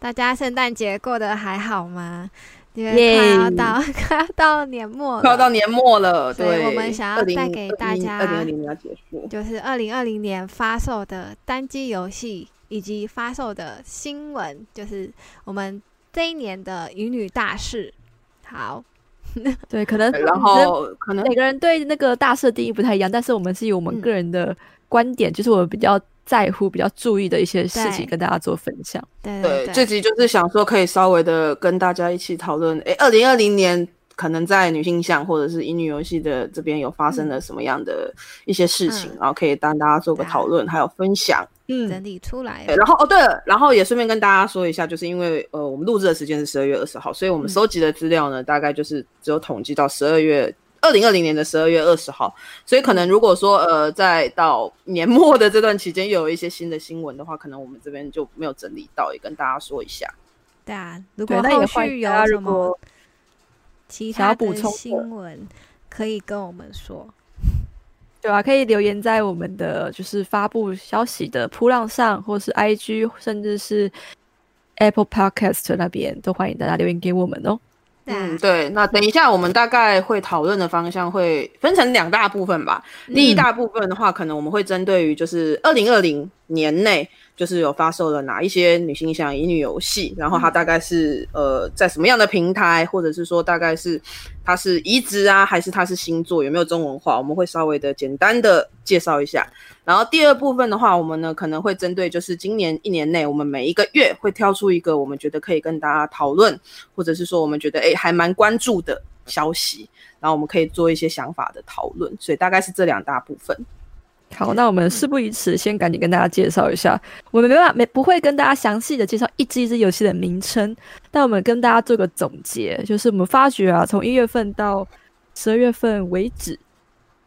大家圣诞节过得还好吗？因为耶快要到 快要到年末了，快要到年末了，所以对，我们想要带给大家二零二零要结束，就是二零二零年发售的单机游戏以及发售的新闻，就是我们这一年的乙女大事。好，对，可能对哎然后可能每个人对那个大事的定义不太一样，但是我们是以我们嗯个人的观点，就是我们比较在乎、比较注意的一些事情对跟大家做分享。对对这对，集就是想说可以稍微的跟大家一起讨论，哎，二零二零年可能在女性向或者是乙女游戏的这边有发生了什么样的一些事情，嗯然后可以帮大家做个对啊讨论，还有分享。嗯，整理出来对，然后哦对了，然后也顺便跟大家说一下，就是因为呃我们录制的时间是十二月二十号，所以我们收集的资料呢，大概就是只有统计到十二月二零二零年的十二月二十号，所以可能如果说呃在到年末的这段期间又有一些新的新闻的话，可能我们这边就没有整理到，也跟大家说一下。对啊，如对果那也后欢续迎有大家什如么果其想要他补的充的新闻，可以跟我们说。对啊，可以留言在我们的就是发布消息的扑浪上，或是 IG，甚至是 Apple Podcast 那边，都欢迎大家留言给我们哦。对啊嗯，对，那等一下我们大概会讨论的方向会分成两大部分吧。第一大部分的话，可能我们会针对于就是二零二零年内，就是有发售了哪一些女性向乙女游戏，然后它大概是呃在什么样的平台，或者是说大概是它是移植啊，还是它是新作，有没有中文化，我们会稍微的简单的介绍一下。然后第二部分的话，我们呢可能会针对就是今年一年内，我们每一个月会挑出一个我们觉得可以跟大家讨论，或者是说我们觉得诶还蛮关注的消息，然后我们可以做一些想法的讨论。所以大概是这两大部分。好，那我们事不宜迟，先赶紧跟大家介绍一下。我们没办法，没不会跟大家详细的介绍一只一只游戏的名称，但我们跟大家做个总结，就是我们发觉啊，从一月份到十二月份为止，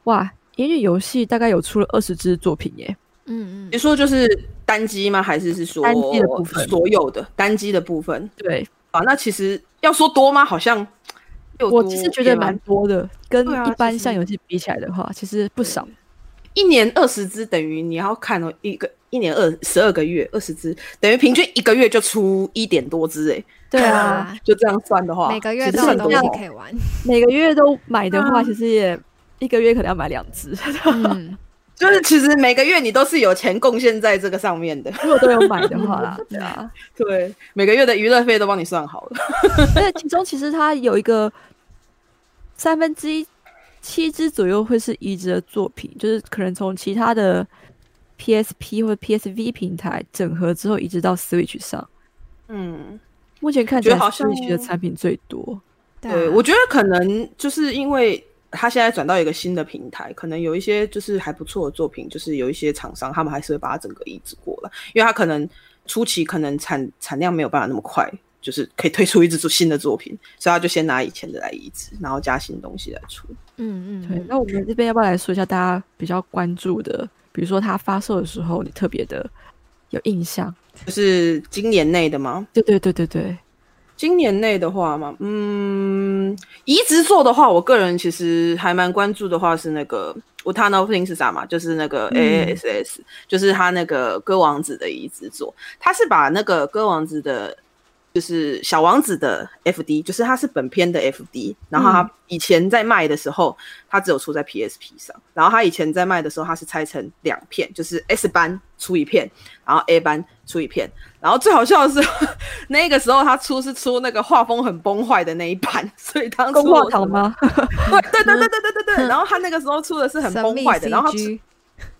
哇，音乐游戏大概有出了二十支作品耶。嗯你嗯，说就是单机吗？还是是说单机的部分所有的单机的部分对啊？那其实要说多吗？好像又我多其实觉也得蛮多的，跟对啊一般其实像游戏比起来的话，其实不少。一年二十只，等于你要看哦，一个一年二十二个月，二十只等于平均一个月就出一点多只哎、对啊，啊就这样算的话，每个月其实都有很东多西哦可以玩。每个月都买的话，啊其实也一个月可能要买两只，嗯。就是其实每个月你都是有钱贡献在这个上面的， 如果都有买的话啦，对啊。对，每个月的娱乐费都帮你算好了。 那其中其实它有一个三分之一七支左右会是移植的作品，就是可能从其他的 PSP 或者 PSV 平台整合之后移植到 Switch 上。嗯，目前看起来觉得好像 Switch 的产品最多，对啊对，我觉得可能就是因为他现在转到一个新的平台，可能有一些就是还不错的作品，就是有一些厂商他们还是会把它整个移植过来，因为他可能初期可能产产量没有办法那么快，就是可以推出一支新的作品，所以他就先拿以前的来移植，然后加新东西来出。嗯嗯对。嗯，那我们这边要不要来说一下大家比较关注的，比如说它发售的时候你特别的有印象？就是今年内的吗？对对对对对，今年内的话嘛，嗯，移植做的话，我个人其实还蛮关注的话是那个 Utano p l i n 是啥嘛，就是那个嗯 AASS，、就是他那个歌王子的移植做，他是把那个歌王子的，就是小王子的 FD，就是他是本片的 FD，然后他以前在卖的时候，他只有出在 PSP 上，然后他以前在卖的时候，他是拆成两片，就是 S 班出一片，然后 A 班出一片，然后最好笑的是， 那个时候他出是出那个画风很崩坏的那一版，所以当初公我话堂吗？对对对对对对嗯对对，然后他那个时候出的是很神崩秘坏的，然后他 CG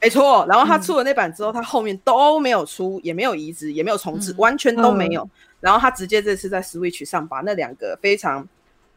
没错，然后嗯他出了那版之后，他后面都没有出，也没有移植，也没有重置，嗯完全都没有。然后他直接这次在 Switch 上把那两个非常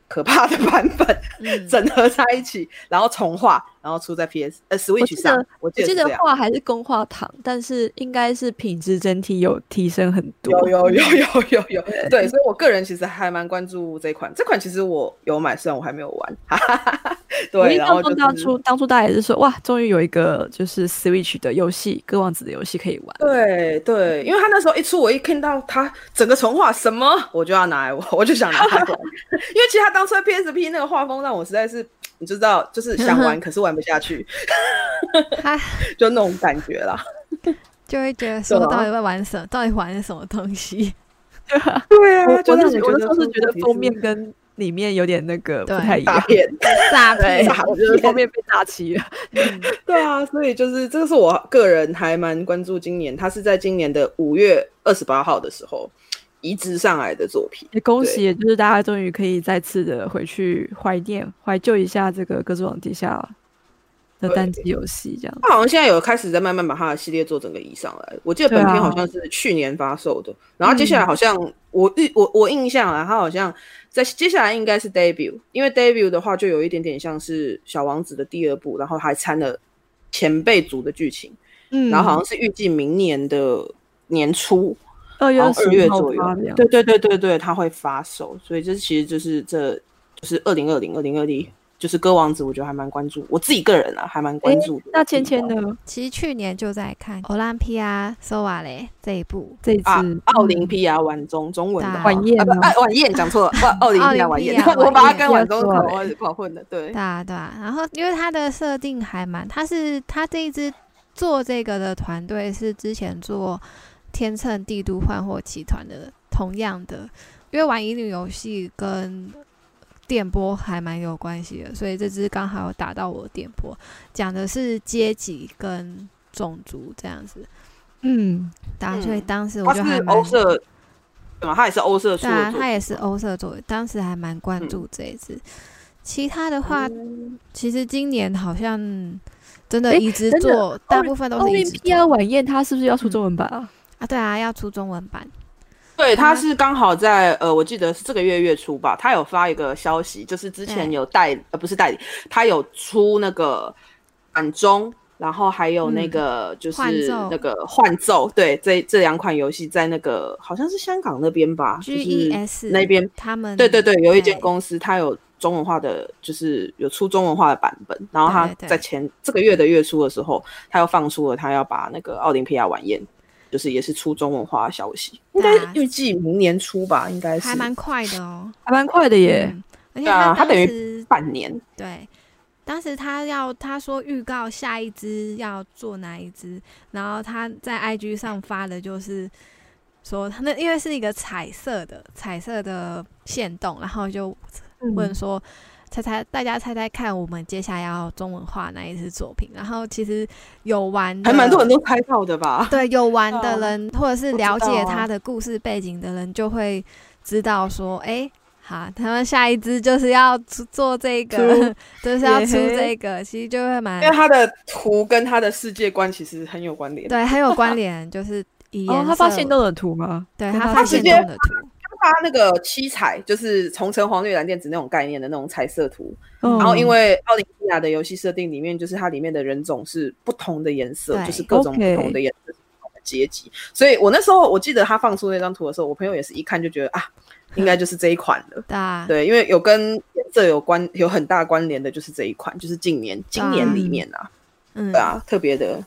可怕的版本、 嗯整合在一起，然后重画，然后出在 PS 呃我 Switch 记上得。我我记记是这得样。画还是公画糖，但是应该是品质整体有提升很多。有有嗯有有有有，对，所以我个人其实还蛮关注这款，这款其实我有买，虽然我还没有玩，哈哈哈。因为对，然后当就中当是初当初大家也是说，哇，终于有一个就是 Switch 的游戏，歌王子的游戏可以玩。对对，因为他那时候一出，我一看到他整个重画什么，我就要拿来玩，我就想拿 它来玩因为其实他当初在 PSP 那个画风让我实在是，你就知道，就是想玩可是玩不 下去，他就那种感觉啦。就会觉得说对啊到底在玩什么，到底玩什么东 西？对啊我我就那让时你我那觉得时候是说觉得到底封是面跟里面有点那个不对太一大样，片，诈对骗，诈我觉得封骗面被炸漆了。嗯对啊，所以就是这个是我个人还蛮关注今年，它是在今年的五月二十八号的时候移植上来的作品。 也恭喜，就是大家终于可以再次的回去怀念、怀旧一下这个《歌之王地下》的对单机游戏，这样。它好像现在有开始在慢慢把它的系列作整个移上来。我记得本对啊嗯片好像是去年发售的，然后接下来好像我预我我印象啊，它好像在接下来应该是 debut，因为 debut 的话就有一点点像是小王子的第二部，然后还掺了前辈组的剧情，嗯然后好像是预计明年的年初二月好像二月10号左右发表，对对对对对，它会发售，所以这其实就是这就是二零二零二零二零，就是歌王子，我觉得还蛮关注，我自己个人啊还蛮关注的。那芊芊？呢？其实去年就在看《欧兰皮亚索瓦雷》这一部，这一次啊，奥林嗯匹亚晚钟中文的对话啊晚宴啊不吗啊晚宴讲错了，不奥林匹亚晚宴奥林匹亚，晚宴啊 我把它跟晚钟对搞混搞混了。对对，啊对啊。然后因为它的设定还蛮，它是它这一支做这个的团队是之前做《天秤帝都幻惑集团》的，同样的，因为玩乙女游戏跟电波还蛮有关系的，所以这支刚好有打到我的电波，讲的是阶级跟种族这样子。嗯，当、嗯所以当时我它就还是蛮欧社，对吗？它也是欧社出对的啊，作品。嗯他也是欧社做的，当时还蛮关注这一支。其他的话，哦其实今年好像真的诶移植真的做，大部分都奥是移林植匹亚做晚宴它是不是要出嗯中文版啊？啊，对啊，要出中文版，哦对，它他是刚好在呃，我记得是这个月月初吧，他有发一个消息，就是之前对有代呃不是代理，他有出那个版中，然后还有那嗯个就幻是奏那个幻奏，对，这这两款游戏在那个好像是香港那边吧就是 GES 那边，E 他们对对对，有一间嗯对公司它有中文化的，就是有出中文化的版本，然后它对对在前这个月的月初的时候，它又放出了它要把那个奥林匹亚晚宴，就是也是出中文化的消息，应该对啊预计明年初吧，应该是还蛮快的哦，还蛮快的耶。嗯，而且对啊他它等于当时半年，对，当时他要他说预告下一支要做哪一支，然后他在 IG 上发的就是说他那因为是一个彩色的彩色的线动，然后就问嗯说。猜猜，大家猜猜看，我们接下来要中文化哪一支作品？然后其实有玩的，还蛮多人都猜到的吧？ 对有玩的嗯人，或者是我知了解道啊他的故事背景的人，就会知道说，哎、好，他们下一支就是要出做这个，就是要出耶这个，其实就会蛮因为它的图跟它的世界观其实很有关联，对，很有关联，就是以哦颜，他发色现动的图吗？对跟他他发直现接动的图，它那个七彩就是红橙黄绿蓝靛紫那种概念的那种彩色图，嗯然后因为奥林匹亚的游戏设定里面，就是它里面的人种是不同的颜色对，就是各种不同的颜色、不同的阶级。所以我那时候我记得他放出那张图的时候，我朋友也是一看就觉得啊，应该就是这一款了。对啊，对，因为有跟颜色有关有很大关联的，就是这一款，就是近年今年里面啊，嗯对，啊，特别的。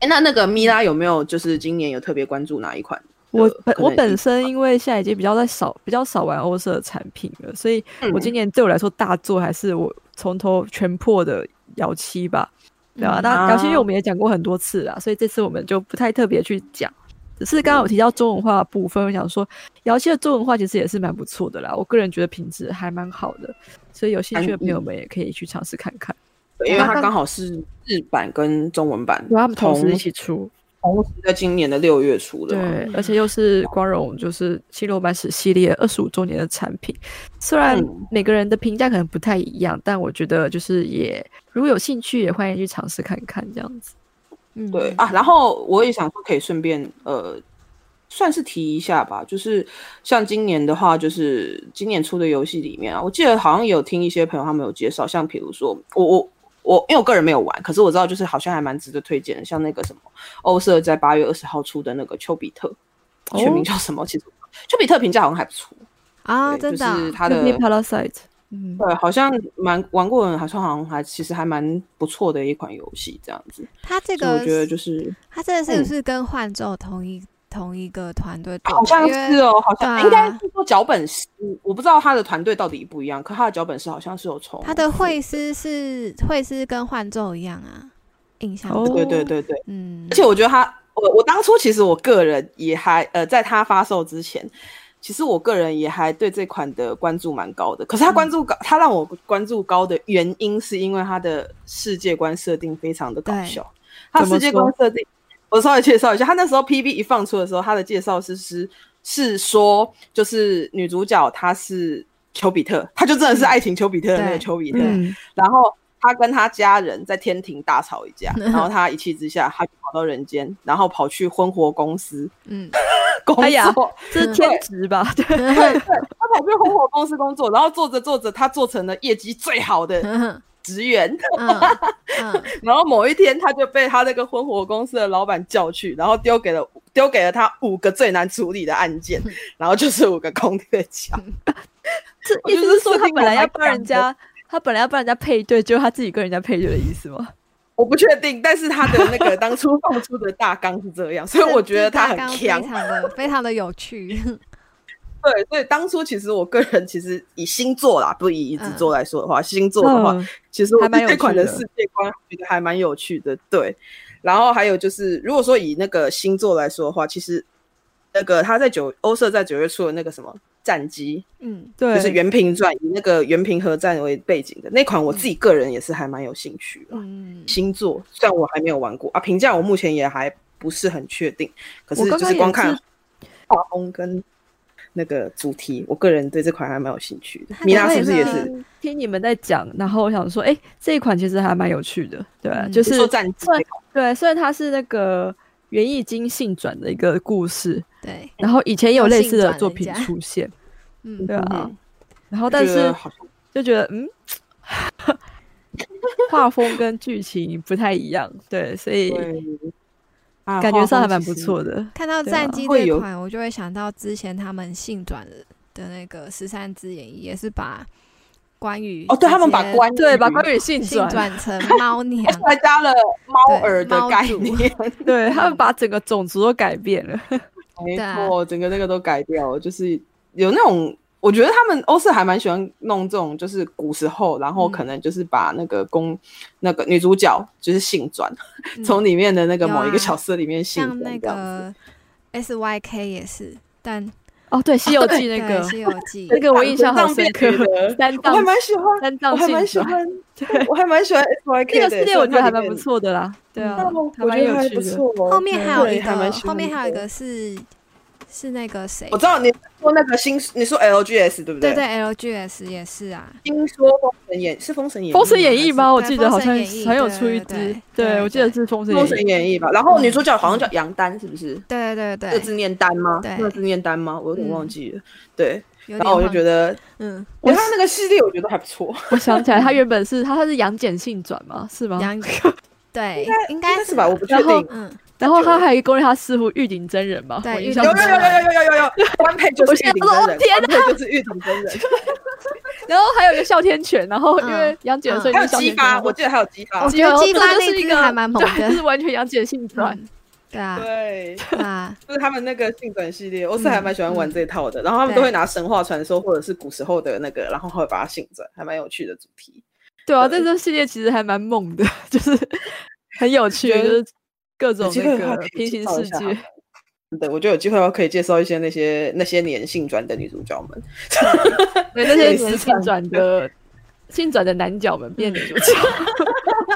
哎，那那个米拉有没有就是今年有特别关注哪一款？我呃本可我能本身因为现在已经比较在少比较少玩欧社的产品了，所以嗯我今年对我来说大作还是我从头全破的摇七吧，对啊，嗯那摇七因为啊我们也讲过很多次啦，所以这次我们就不太特别去讲。只是刚刚有提到中文化的部分，我想说摇七的中文化其实也是蛮不错的啦，我个人觉得品质还蛮好的，所以有兴趣的朋嗯友们也可以去尝试看看，对因为那它刚好是日版跟中文版因为他们同时一同起出，同时在今年的六月初的嘛，对，而且又是光荣就是七六版史系列二十五周年的产品，虽然嗯每个人的评价可能不太一样，但我觉得就是也如果有兴趣，也欢迎去尝试看看这样子。嗯对啊，然后我也想说可以顺便呃算是提一下吧，就是像今年的话，就是今年出的游戏里面啊，我记得好像有听一些朋友他们有介绍，像比如说我我我，因为我个人没有玩，可是我知道就是好像还蛮值得推荐的，像那个什么欧社在八月二十号出的那个丘比特，哦全名叫什么？其实丘比特评价好像还不错，啊，真对的就啊，是它他的 Parasite，嗯，对，好像蛮玩过的人，好像好像还其实还蛮不错的一款游戏这样子。他这所以个我觉得就是他这个是嗯不是跟幻咒同一、同一个团队做的？好像因为是哦，好对像、啊应该是说脚本师，我不知道他的团队到底不一样，可他的脚本师好像是有从他的会师是会师跟幻咒一样啊，印象哦中对对对对，嗯而，且我觉得他，我我当初其实我个人也还呃，在他发售之前，其实我个人也还对这款的关注蛮高的。嗯可是他关注高，他让我关注高的原因是因为他的世界观设定非常的搞笑。他世界观设定，我稍微介绍一下，他那时候 PV 一放出的时候，他的介绍是是是说，就是女主角她是丘比特，她就真的是爱情丘比特的那个嗯对丘比特。对嗯，然后他跟他家人在天庭大吵一架，然后他一气之下，他就跑到人间，然后跑去婚活公司嗯， 工作。哎呀这是对天职吧？ 对，他跑去婚活公司工作，然后做着做着，他做成了业绩最 好的嗯职员。 嗯然后某一天，他就被他那个婚活公司的老板叫去，然后丢给了丢给了他五个最难处理的案件，然后就是五个攻略角。这我意觉思得是说设他定本来要还蛮帮人强的家，他本来要帮人家配对，结果他自己跟人家配对的意思吗？我不确定，但是他的那个当初 放出的大纲是这样，所以我觉得他很这大纲强非。常的非常的有 趣。对，所以当初其实我个人其实以星座啦，不以制作来说的话，星座的话，嗯其实我还蛮对有这款趣的的世界观觉得还蛮有趣的。对，然后还有就是，如果说以那个星座来说的话，其实那个他在九欧社在九月初的那个什么战机，嗯，对，就是《原平传》以那个原平和战为背景的那款，嗯我自己个人也是还蛮有兴趣的。嗯，星座虽然我还没有玩过啊，评价我目前也还不是很确定，可是我刚就刚是也光看是画风跟那个主题，我个人对这款还蛮有兴趣的。它米那娜个是不是也那个是？听听你们在讲，然后我想说，哎，这一款其实还蛮有趣的，对，嗯就你是说战绩虽然对，虽然它是那个园艺金性转的一个故事，对，然后以前也有要类性似的转作人品家出现，嗯对啊嗯，然后但觉得是好像就觉得嗯， 画风跟剧情不太一样，对，所以对啊感觉上还蛮不。画风错的。看到对啊战机会这有款，我就会想到之前他们性转的的那个十三只演绎，也是把关羽其实哦，对他们把直接关对，把羽关羽性性转，转成 猫娘，还加了猫耳对啊的猫概族念，对他们把整个种族都改变了。没对啊错，整个那个都改掉了，就是有那种。我觉得他们欧式还蛮喜欢弄这种，就是古时候，然后嗯可能就是把那个公、那个女主角就是性转，嗯从里面的那个有某一啊个角色里面性像转那这样子。个 S Y K 也是，但哦， 对，《西游记》那对个《西游记那》个我印象藏好深刻变女的，三我藏还蛮喜欢，三藏我还性蛮喜转，欢， 对，我还蛮喜欢 S Y 这 K 个的，嗯系列我觉得还虽然它蛮里不面。错的啦。对啊那，还我蛮觉得有还趣不的。错哦。后面还有对一还蛮个，喜后欢面还有一的个是是那个谁我？知道你说那个新，你说 L G S 对不对对对，LGS 也是啊，听说封神演是封神演《封神演义义》吗？吗？我对记得好封神像演义很有出一对对支对，对对我记得对是《封神还是封演神义》。演义吧。然后女主角好像叫嗯杨丹，是不是？对对对这个字念丹吗？对这个字念丹吗？我有点嗯忘记了。对，有然后我就觉得，得，嗯，我他那个系列我觉得还不错，我想起来，他原本是他他是杨戬性转嘛，是吗？杨 对，应哦应该该是吧？我不确然后定。嗯，然后他还攻略他师傅玉鼎真人嘛，对我印玉象有鼎有中真有人有有有 有有，官配就我是现在玉鼎说真我人，天官配就是玉鼎 真人，然后还有一个哮天犬，然后因嗯为杨戬嗯所以就还有哮激天发，犬。我记得还有激发我。觉得然后激发这就是那一只个还蛮猛对的就是完全杨戬性转。嗯对啊，对，对 啊，就是他们那个性转系列，我是还蛮喜欢玩这套的。然后他们对都会拿神话传说或者是古时候的那个，然后会把它性转，还蛮有趣的主题。对啊，对这这系列其实还蛮猛的， 就是很有趣，觉得就是各有种机那会的话个可以平行介绍一世下啊好界了。对，我觉得有机会的话可以介绍一些那些那些年性转的女主角们。对那些类似年这性样转的性转的男角们变女主角，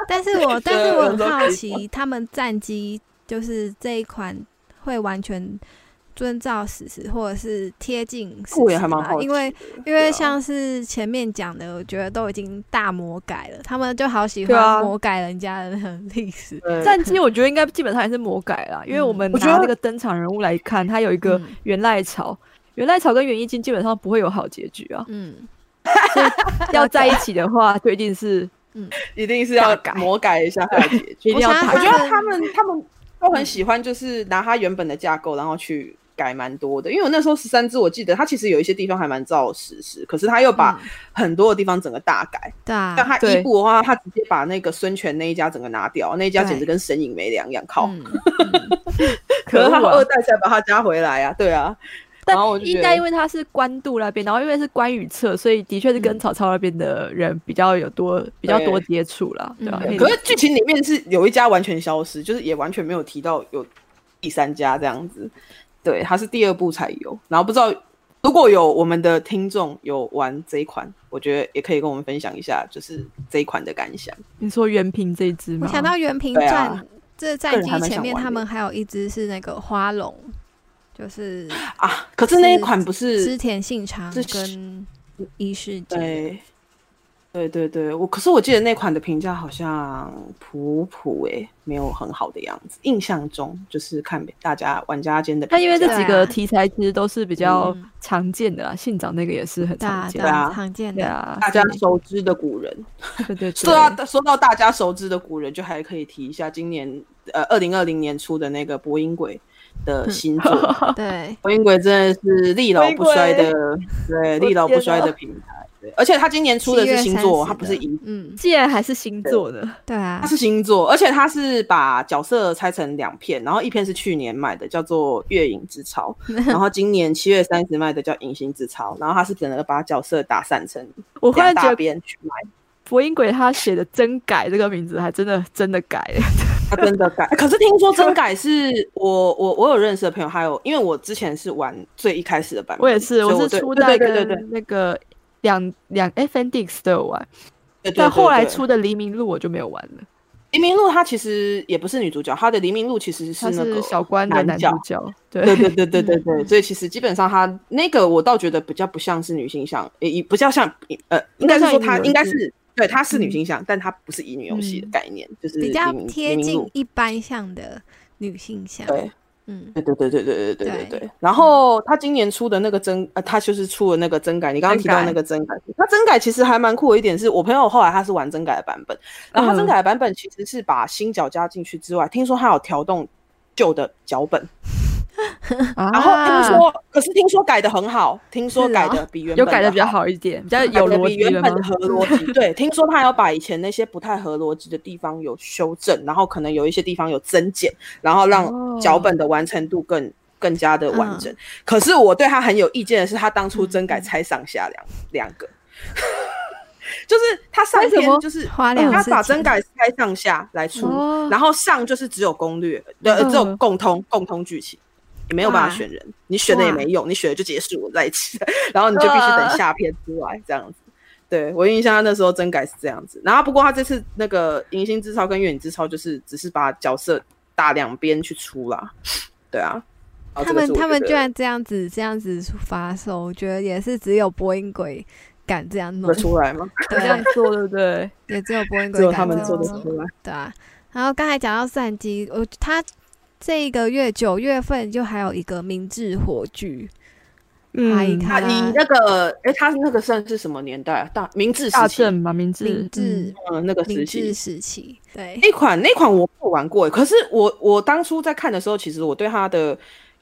但是我但是对我有很时候好可以奇，他们战机就是这一款会完全遵照史实或者是贴近史我也实还蛮吧好，奇因的为因对啊为像是前面讲的，我觉得都已经大魔改了，他们就好喜对啊欢魔改人家的那个历史。对战机我觉得应该基本上也是魔改啦，因为我们我觉拿得这个登场人物来看，他有一个嗯。源赖朝，源赖朝跟源义经基本上不会有好结局啊 嗯，要在一起的话，就一定是一定是要大改魔改一下他的结局。一定要我想打我觉架。得他们他们都很喜欢，就是拿他原本的架构，然后去改蛮多的。因为我那时候十三只，我记得它其实有一些地方还蛮照史实，可是他又把嗯很多的地方整个大改。对啊，像他对一部的话，他直接把那个孙权那一家整个拿掉，那一家对简直跟神隐没两样。靠，嗯嗯可是恶他 啊二代才把他加回来啊，对啊。但然后我就觉应得该因为他是官渡那边，然后因为是关羽侧，所以的确是跟嗯曹操那边的人比较有多比较多对接触啦，对吧、嗯可以可是剧情里面是有一家完全消失，就是也完全没有提到有第三家这样子。对，它是第二部才有，然后不知道如果有我们的听众有玩这一款，我觉得也可以跟我们分享一下，就是这一款的感想。你说袁平这一支吗？我想到《原平对传啊》这个战人机还蛮前想面，玩他的们还有一只是那个花龙，就是啊，可是那一是款不是织田信长是跟伊势杰。对。对对对，我可是我记得那款的评价好像普普诶、没有很好的样子。印象中就是看大家玩家间的评价，但因为这对几啊个题材其实都是比较嗯常见的啦，信长那个也是很对啊常，见的，对啊，对啊常见对的，啊，大家熟知的古人，对对说对，到说到大家熟知的古人，就还可以提一下今年呃二零二零年出的那个《博音鬼》的新作，嗯《对， 博音鬼》真的是历老不衰的，对，历老不衰的平台。对，而且他今年出的是新7月作，30他不是一的，嗯，既然还是星座的，对啊他，是新作，而且他是把角色拆成两片，然后一片是去年卖的，叫做《月影之 潮》，然后今年七月三十卖的叫《隐形之潮》，然后他是整个把角色打散成我忽两然觉大得边去卖，博音鬼他写的“真改”这个名字，还真的真的改 了。他真的 改，可是听说真改是我我我有认识的朋友，还有因为我之前是玩最一开始的版本，我也是，所我以我是对初对代对对对跟那个两两 F N Dix 都有玩，对对对。但后来对出的《黎明路》我就没有玩了。黎明路，它其实也不是女主角，她的黎明路其实他那是个小关的男男角主角，对对，对对对对对，嗯所以其实基本上她那个我倒觉得比较不像是女性向，也也不叫像呃，应该是说她比较像乙女游戏应该是对她是女性向，但她不是乙女游戏的嗯概念，就是比较黎明贴黎明近路一般向的女性向，对。嗯，对对对对对对对对对对。然后他今年出的那个真，呃，他就是出了那个真改，你刚刚提到那个真改，他真改其实还蛮酷的一点是，我朋友后来他是玩真改的版本，然后他真改的版本其实是把新角加进去之外，听说他有调动旧的脚本，然然后听说，可是听说改的很好，听说改的比原啊有本改的的比较。好一点，比较有改得逻比辑原了本吗？的合逻辑，对，听说他有把以前那些不太合逻辑的地方有修正，然后可能有一些地方有增减，然后让哦脚本的完成度更更加的完整。可是我对他很有意见的是，他当初真改拆上下两、两个， 就是他上为什么篇就是花两他次把钱真改拆上下来出，哦然后上就是只有攻略，呃，嗯只有共通共通剧情。你没有办法哇选人，你选的也哇没用，你选了就结束我在一起， 然后你就必须等呃下篇出来这样子。对我印象，他那时候真改是这样子。然后不过他这次那个《银星之超》跟《月影之超》就是只是把角色打两边去出啦，对啊。他然后这个是们我他们觉得居然这样子这样子发售，我觉得也是只有播音鬼敢这样弄做得，出来吗？这样对，做对不对？也只有播音只有鬼他敢这们样做得弄出来。对啊。然后刚才讲到战机，我他这个月九月份就还有一个明治火炬，阿姨那看你那个，哎，他那个算是什么年代啊？大明治时大期，正嘛，明明治，治嗯，那个明时期治时期，对，那款那款我没有玩过欸，可是我我当初在看的时候，其实我对它的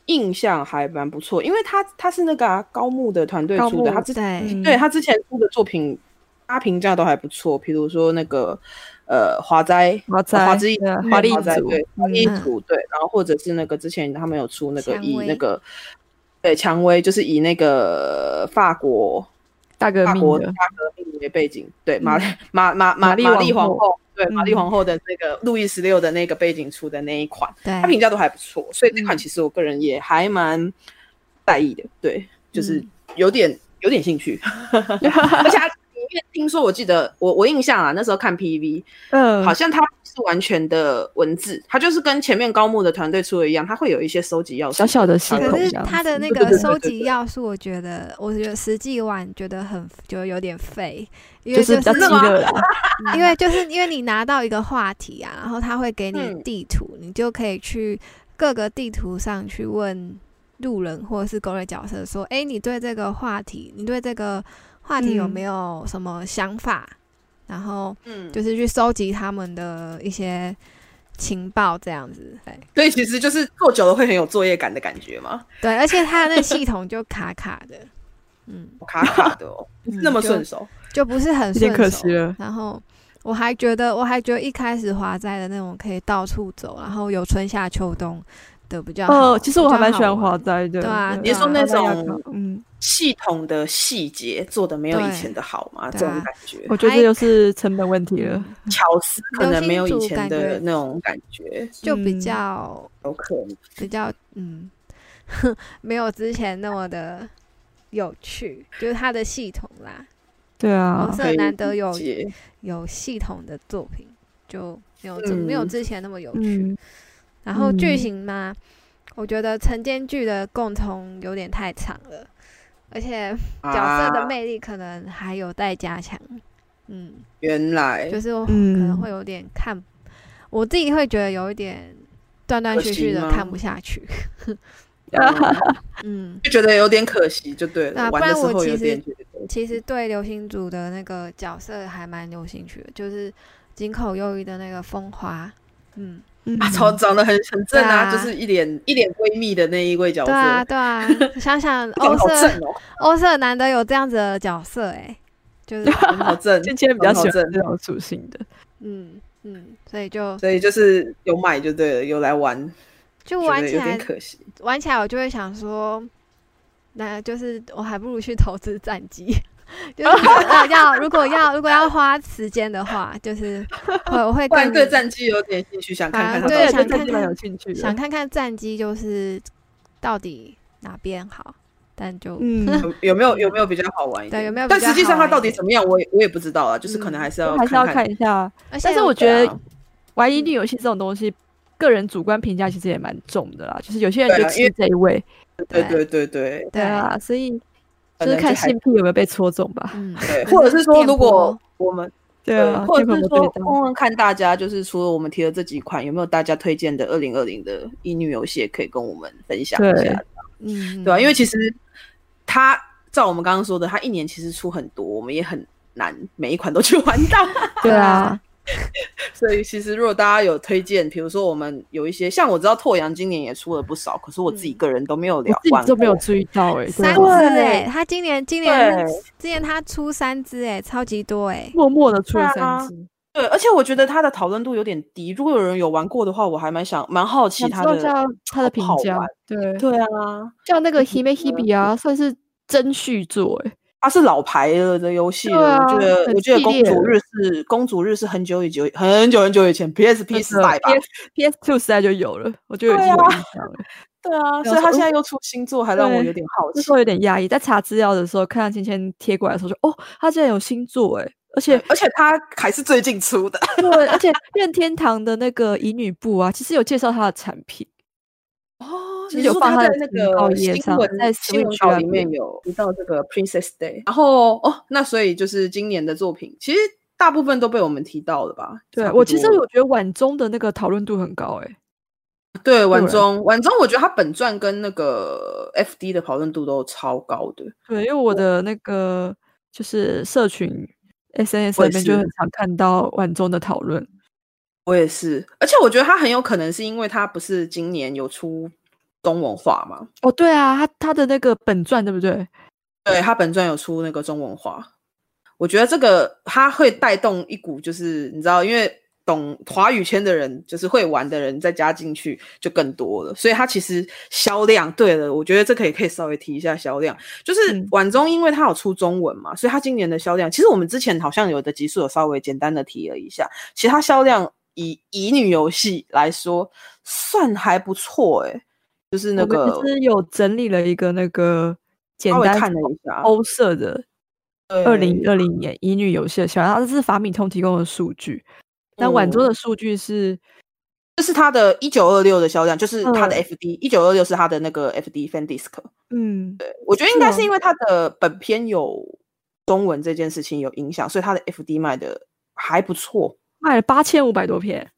印象还蛮不错，因为它它是那个、啊、高木的团队高出的，木他之对，嗯对他之前出的作品，他评价都还不错，比如说那个呃华斋。华呃仔，华之一对嗯华丽华斋组，对华丽嗯组对，然后或者是那个之前他们有出那个蔷以薇那个对蔷薇，就是以那个法国大革法命国大的，嗯革命为背景，对玛玛玛玛玛丽玛丽皇皇后后，对嗯玛丽皇后的那个路易十六的那个背景出的那一款，哎它评对，价都还不错，所以这款嗯其实我个人也还蛮在意的，对，就是嗯 有点有点兴趣，而且它里因为听说我记得我我印象啊，那时候看 PV，嗯，好像它不是完全的文字，它就是跟前面高木的团队出的一样，它会有一些收集要素小。小的系统可这是样它子的那对对个对收对集对要素，我觉得，我觉得实际玩觉得很就有点废，因就为是比较是啊激那么热啦。因为就是因为你拿到一个话题啊，然后他会给你嗯地图，你就可以去各个地图上去问路人或者是攻略角色说：“哎，你对这个话题，你对这个话题有嗯没有什么想法？”然后嗯，就是去收集他们的一些情报，这样子。对所以其实就是做久了会很有作业感的感觉嘛，对，而且他的那个系统就卡卡的，嗯，卡卡的 哦，不是那么嗯顺手。就不是很有点顺可手惜。了。然后我还觉得，我还觉得一开始华仔的那种可以到处走，然后有春夏秋冬的比较好哦，其实我还蛮喜欢华比较好玩仔的。对啊你是说那华种仔亚克嗯，系统的细节做的没有对以前的好嘛，对啊这种感觉，我觉得这就是成本问题嗯了。巧思可能没有以前的那种感觉，就比嗯较、有可能。比较嗯， 没有之前那么的有趣，就是它的系统啦，对啊红，可色以难得有解有系统的作品，就没有这、没有嗯之前那么有趣。嗯，然后剧嗯情嘛，我觉得晨间剧的共同有点太长了，而且角色的啊魅力可能还有待加强。嗯，原来就是哦我可嗯能会有点看，我自己会觉得有一点断断续续可的惜吗看不下 去。啊嗯嗯，就觉得有点可惜，就对对啊了。玩的时不然我候其有实点觉得，其实对流星组的那个角色还蛮有兴趣的，就是井口优一的那个风华。嗯，嗯啊，超长得很很正啊，对啊就是一脸一脸闺蜜的那一位角色，对啊，对啊，想想 长欧得好瑟正 哦，欧瑟难得有这样子的角色、哎，就是 长得好正，芊芊比较喜欢长得好正这种属性的。嗯，嗯，所以就所以就是有买就对了，有来玩，就觉玩得起有来，点可惜。玩起来我就会想说，那就是我还不如去投资战机。 就是要要如果要如果要花时间的话， 就是会我会不然更对战绩有点兴趣，想看看他到对啊对，想底对这看是个蛮看有兴趣想的。看看战机就是到底哪边好，但就嗯， 有有没有有没有比较好玩一点？对有没有比较但实际上好玩它一到底点嗯怎么样，我也我也不知道啊，就是可能还是要还是要看。看一下。而且但是我觉对得啊玩嗯一定游戏这种东西，个人主观评价其实也蛮重的啦。就是有些人对就啊吃因为这一味，对对对对对对对，啊，所以可就是能看还性癖有没有被戳中吧。 嗯，对，可或者是说电如果波我们对啊，或性者朋是友说对到问问看大家，就是除了我们提的这几款，有没有大家推荐的二零二零的乙女游戏，也可以跟我们分享一下，嗯，对啊啊吧、因为其实它照我们刚刚说的，它一年其实出很多，我们也很难每一款都去玩到。 对啊啊，所以其实如果大家有推荐，比如说我们有一些像我知道拓阳今年也出了不少，可是我自嗯己个人都没有我聊自玩己都没有过注意到哎，对三啊只对哎、他今年今年对今年他出三只哎、超级多哎、 默默的出了对啊三只，对，而且我觉得它的讨论度有点低。如果有人有玩过的话，我还蛮想蛮好奇想它知道一下的。他的好评好价玩。对，对啊，像那个 Hime Hebe 啊，算是真续作哎。它是老牌了的游戏了，对啊我觉得很我觉得系公列主了日是公主日是很久以久很久很久以前 PSP 时代吧。 ，PS Two 时代就有了，我就已对经有啊印象了。对啊，对啊所以它说现在又出新作，还让我对有点好那奇时。候有点压抑，在查资料的时候，看到芊芊贴过来的时候，就哦，他竟然有新作哎，而且 而且它还是最近出的， 对，而且任天堂的那个乙女部啊，其实有介绍它的产品，哦，就你是有说放它它在的那情报个页新上闻在新闻 Switch 稿那里面有提到这个 Princess Day，然后哦，那所以就是今年的作品，其实大部分都被我们提到了吧？对差不我其实多我觉得晚中的那个讨论度很高哎、对晚对中晚中，我觉得它本传跟那个 FD 的讨论度都超高的，对，因为我的那个就是社群 SNS 我里也面嗯就是很常看到晚中的讨论，我也是，而且我觉得它很有可能是因为它不是今年有出中文化嘛？哦，对啊，他他的那个本传对不对？对，它本传有出那个中文化，我觉得这个它会带动一股，就是你知道，因为懂华语圈的人，就是会玩的人，再加进去就更多了，所以它其实销量，对了，我觉得这个也可以稍微提一下销量，就是嗯晚中因为它有出中文嘛，所以它今年的销量，其实我们之前好像有的集数有稍微简单的提了一下，其他销量以乙女游戏来说算还不错诶、欸就是那我个们其实有整理了一个那个简稍微单看了一下，欧色的二零二零年乙女游戏的销量，这是法米通提供的数据。那晚桌的数据是，这是它的一九二六的销量，就是它的嗯 FD 一九二六是它的那个 FD Fan Disc。嗯，对，我觉得应该是是因为它的本片有中文这件事情有影响，所以它的 FD 卖的还不错，卖了八千五百多片，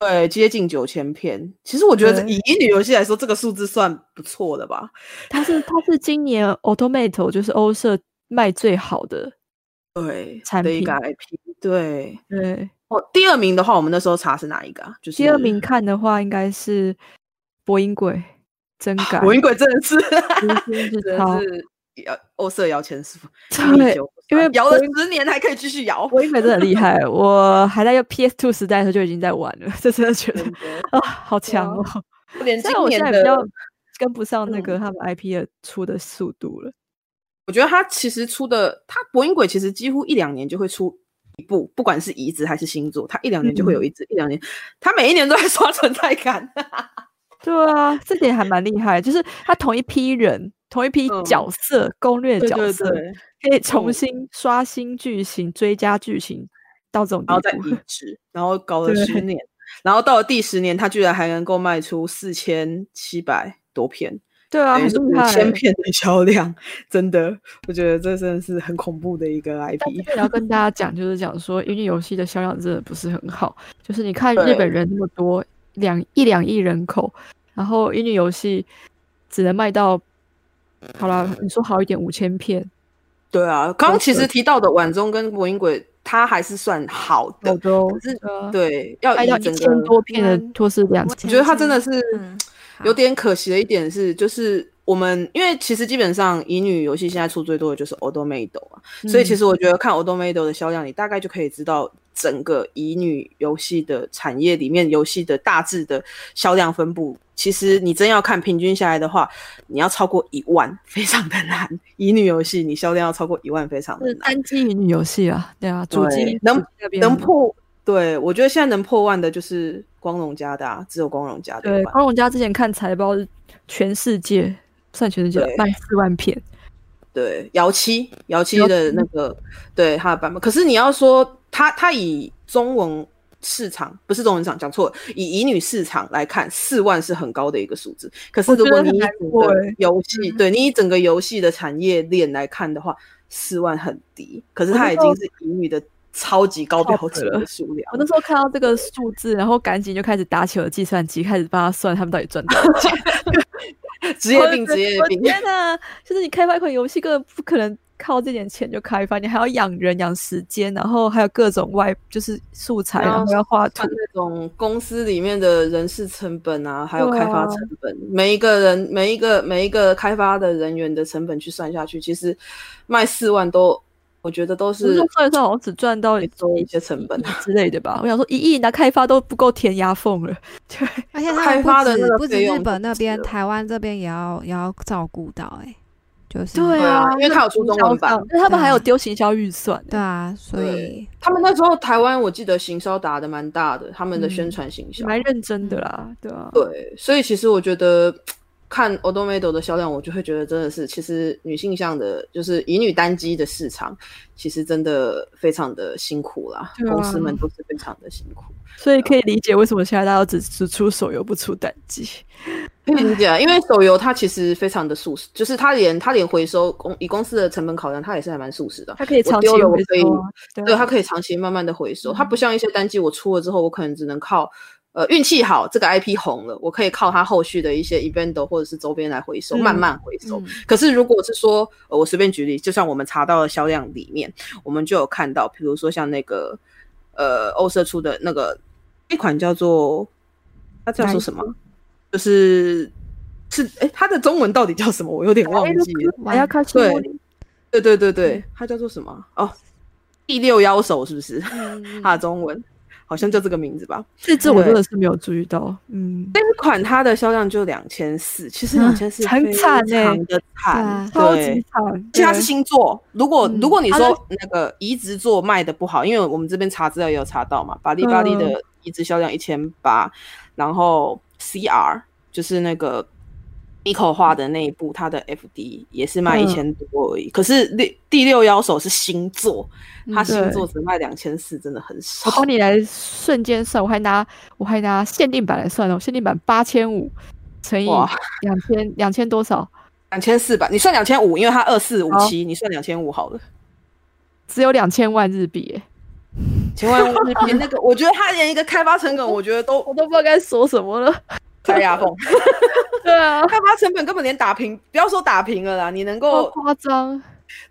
对，接近九千片。其实我觉得对以乙女游戏来说，这个数字算不错的吧。它是它是今年 Automate 就是欧社卖最好的，对，产的一个品 IP，对。对，哦，第二名的话，我们那时候查是哪一个啊？就是第二名看的话应该是博音鬼真改，火影鬼真的是， 真心是 真超的是摇欧瑟摇钱树，对因为摇博了音十年还可以继续摇，博音鬼真的很厉害，我还在用 PS Two 时代的时候就已经在玩了， 这真的觉得真的啊、好强哦！连虽今然我现年在比较的，跟不上那个他们 IP 的出的速度了，我觉得他其实出的，他火影鬼其实几乎一两年就会出。一部，不管是移植还是新作，他一两年就会嗯有一只，一两年，他每一年都在 刷存在感。对啊，这点还蛮厉害，就是他同一批人。同一批嗯角色、攻略角色可以重嗯新刷新剧情、追加剧情到这种然后再地步移，植，然后搞了嗯对十年，然后到了第十年，他居然还能够卖出四千七百多片，对啊，等于很是厉五害。千片的销量，真的，我觉得这真的是很恐怖的一个 IP 但。这边也要跟大家讲，就是讲说，因为游戏的销量真的不是很好。就是你看日本对人那么多，两一两亿人口，然后因为游戏只能卖到，好了，你说好一点五千片，对啊，刚刚其对实提到的晚钟跟魔影鬼，它还是算好的澳，洲可是呃对，要卖以到一整千个，多片嗯的，或是两我千。我觉得它真的是是嗯有好点可惜的一点是，就是我们因为其实基本上乙女游戏现在出最多的就是 o d o m a d o 啊，所以其嗯实我觉得看 o d o m a d o 的销量，你大概就可以知道整个乙女游戏的产业里面游戏的大致的销量分布。其实你真要看平均下来的话，你要超过一万非常的难。乙女游戏你销量要超过一万非常的是难。单机云游戏啊，对啊，主对机能主机那边啊能破，对我觉得现在能破万的就是光荣家的、啊，只有光荣家的对，吧光荣家之前看财报是全世界算全世界对卖四万片，对，姚七，姚七姚的七那个对他的版本。可是你要说他，他以中文市场不是中文市场，讲错了，以乙女市场来看，四万是很高的一个数字。可是我觉如果得你很以难整过个欸游戏，对你以整个游戏的产业链来看的话，四万很低。可是我它那已时候经是乙女的超级高标 top 准了的数量。我那时候看到这个数字，然后赶紧就开始打起我的计算机，开始帮他算他们到底赚多少钱。职业病，职业我病。 天哪！就是你开发一款游戏，根本不可能靠这点钱就开发，你还要养人、养时间，然后还有各种外就是素材，然然后后要画图啊算。那种公司里面的人事成本啊，还有对开发啊成本，每一个人每一个每一个开发的人员的成本去算下去，其实卖四万都，我觉得都就是是算一算，好像只赚到可以多一些成本啊一亿之类的吧。我想说，一亿拿开发都不够填牙缝嗯了。对，而且他开们发不的那止个不止费日用本就那是边，了台湾这边也要也要照顾到哎、就是对啊因为那它有出中文版嗯行销上那他们还有对啊丢行销预算。对啊，所对以他们那时候台湾我记得行销打的蛮大的，他们的宣嗯传行销。蛮认真的啦，对啊，对，所以其实我觉得看 o d o m a d o 的销量，我就会觉得真的是，其实女性向的，就是以女单机的市场，其实真的非常的辛苦啦，对啊公司们都是非常的辛苦。所以可以理解为什么现在大家都只只出手游不出单机。可以理解啊，因为手游它其实非常的速食，就是它连它连回收公以公司的成本考量，它也是还蛮速食的。它可以我长期丢了我回可以收啊对对，啊它可以长期慢慢的回收，它不像一些单机，我出了之后，我可能只能靠呃运气好，这个 IP 红了，我可以靠它后续的一些 event 或者是周边来回收，嗯慢慢回收。嗯可是如果是说，呃，我随便举例，就像我们查到的销量里面，我们就有看到，比如说像那个呃欧社出的那个一款叫做它叫做什么，就是是哎、它的中文到底叫什么？我有点忘记了。我要看新对闻，对对对嗯对，它叫做什么？哦，第六妖手是不是？嗯它的中文好像叫这个名字吧。这这我对真的是没有注意到，嗯，这一款它的销量就两千四，其实嗯两千四很惨非欸啊常的惨，超级对。惨，而且它对是新作，如果、嗯如果你它的说那个移植作卖的不好，因为我们这边查资料也有查到嘛，巴利巴利的移植销量一千八，然后 CR 就是那个 Miko 画的那一部，它的 FD 也是卖一千多而已。可是第第六妖手是星座，它星座只卖两千四，真的很少我。帮你来瞬间算，我还拿我还拿限定版来算哦，限定版八千五乘以哇，两千两千多少？两千四吧，你算两千五，因为它二四五七，你算两千五好了。只有两千万日币耶，千万不是比那个，我觉得他 连一个开发成本，我觉得都我都不知道该说什么了。塞牙缝。对啊，开发成本根本连打平，不要说打平了啦，你能好够夸张。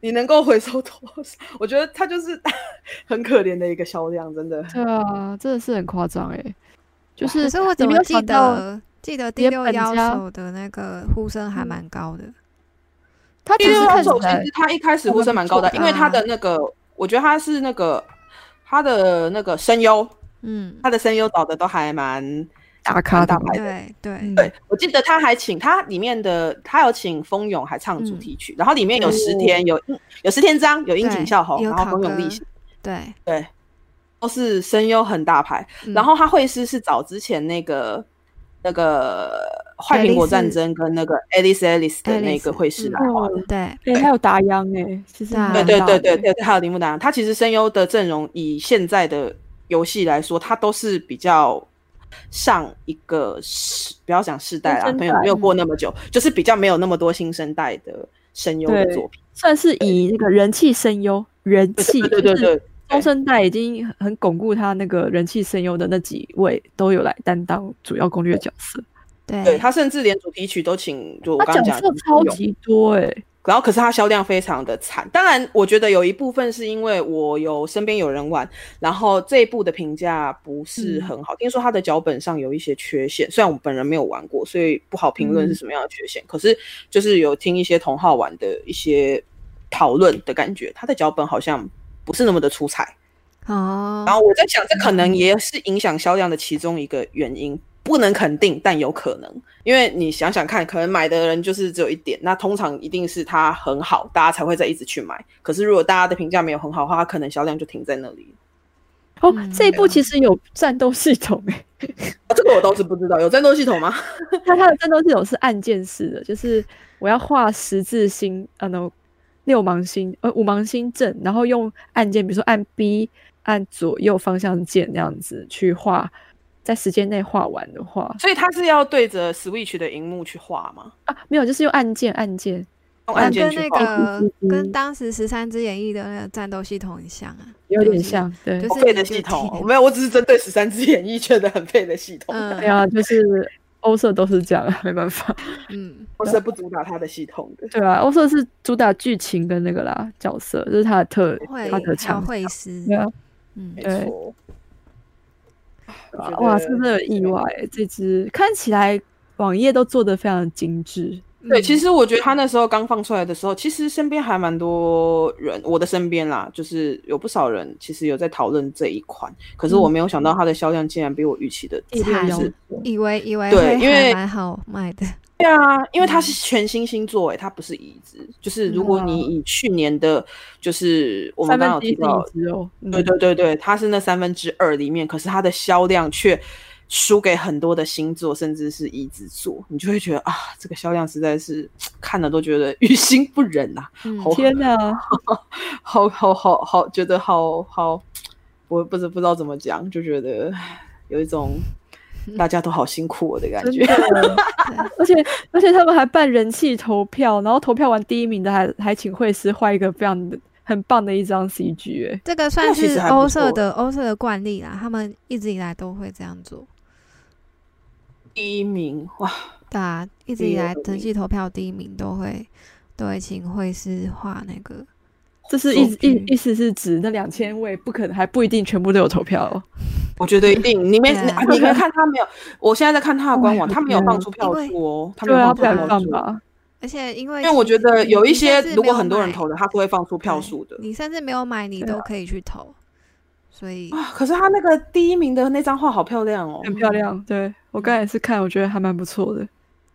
你能够回收多少？我觉得他就是 很可怜的一个销量，真的。对啊，真的是很夸张哎，就可是是我怎没么有记想到得记得你第的六本妖家手的那个呼声还嗯蛮高的，他第只是六看高起手其来实他一开始呼声蛮高的，因为啊他的那个，我觉得他是那个他的那个声优，嗯，他的声优找的都还蛮大咖的蛮大嘛，牌的。对对，嗯对，我记得他还请他里面的，他有请风勇还唱主嗯题曲，然后里面有石哦田，有有石田章，有樱井对孝宏，有然后考风哥勇立行，对，对，都是声优很大牌。嗯然后他会师是找之前那个那个坏苹果战争跟那个 Alice Alice 的那个 Alice，会师来嗯画的。对对，还有达央哎，其实对啊蛮对对大对的对对，对还有铃木达郎，他其实声优的阵容以现在的游戏来说，他都是比较上一个世，不要讲世代啦，新生没有代没有过那么久，就是比较没有那么多新生代的声优的对作品。算是以那个人气声优人气，对对对对，中生代已经很巩固他那个人气声优的那几位都有来担当主要攻略角色，对对他甚至连主题曲都请，就我他刚刚角讲色的超有嗯级多哎、然后可是它销量非常的惨。当然，我觉得有一部分是因为我有身边有人玩，然后这一部的评价不是很好，听说它的脚本上有一些缺陷。虽然我本人没有玩过，所以不好评论是什么样的缺陷。可是就是有听一些同好玩的一些讨论的感觉，它的脚本好像不是那么的出彩。哦然，后我在想，这可能也是影响销量的其中一个原因，不能肯定，但有可能。因为你想想看，可能买的人就是只有一点，那通常一定是它很好，大家才会再一直去买。可是如果大家的评价没有很好的话，它可能销量就停在那里。哦，嗯这一部其实有战斗系统 哎、啊这个我倒是不知道，有战斗系统吗？那它的战斗系统是按键式的，就是我要画十字星，呃，no，六芒星，呃，五芒星阵，然后用按键，比如说按 B，按左右方向键那样子去画，在时间内画完的话， 所以它是要对着 Switch 的荧幕去画吗？啊，没有，就是用按键，按键，用那按键跟去啊那画？个嗯嗯跟嗯当时十三只演绎的那个战斗系统很像啊，有就点是，像，对，就好是哦废的你就系统，听没有，我只是针对十三只演绎觉得很废的系统，没有嗯啊，就是欧社都是这样啊，没办法，嗯，我是不主打它的系统的。对啊，欧社是主打剧情跟那个啦角色，这、是它的特，会它的还有强项，会师，对啊，嗯没，对错。我觉啊哇，得是不是很意对外？这只看起来网页都做得非常精致，对，嗯其实我觉得他那时候刚放出来的时候，其实身边还蛮多人，我的身边啦，就是有不少人其实有在讨论这一款，可是我嗯哦没有想到它的销量竟然比我预期的低。第六惨妖是兽嗯以为以为对会因为还蛮好卖的，对啊，因为它是全新星座诶、它不是移植。就是如果嗯你以去年的，就是我们三刚刚分之有一提是到，一只哦，嗯对对对对，它是那三分之二里面，可是它的销量却输给很多的星座，甚至是一子座，你就会觉得啊，这个销量实在是看了都觉得 于心不忍啊呐、嗯好天哪，好好好好，觉得好好，我不知不知道怎么讲，就觉得唉有一种 大家都好辛苦哦我的感真觉。 的，而且而且他们还办人气投票，然后投票完第一名的还还请惠师画一个非常很棒的一张 CG 哎，这个算那其是实还不欧社错的欧社的惯例啦，他们一直以来都会这样做。第一名哇，对啊，一直第以一来名登记投票第一名都会都会请会师画那个，这是意思数意据意思是指那两千位不可能还不一定全部都有投票哦，我觉得一定，你没对啊你你没看他没有？我现在在看他的官网，哎他没有我放天出票因为数哦，他没对有啊，放不出票敢放数。吧？而且因为因为我觉得你有一你些甚至如没果有很多人买投的，他是会放出票对数的。你甚至没有买你都可以去投，所以啊，可是他那个第一名的那张画好漂亮哦，很漂亮，对我刚才也是看，我觉得还蛮不错的。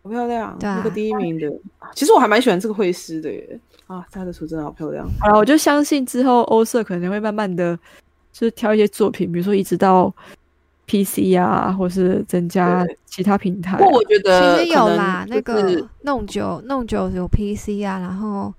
好漂亮！对啊那个第一名的，啊其实我还蛮喜欢这个绘师的耶。啊，他的图真的好漂亮。好了，我就相信之后欧社可能会慢慢的，就是挑一些作品，比如说一直到 PC 啊，或是增加对其他平台不过啊、我觉得其实有啦，可能那就是个弄九弄九有 PC 啊，然后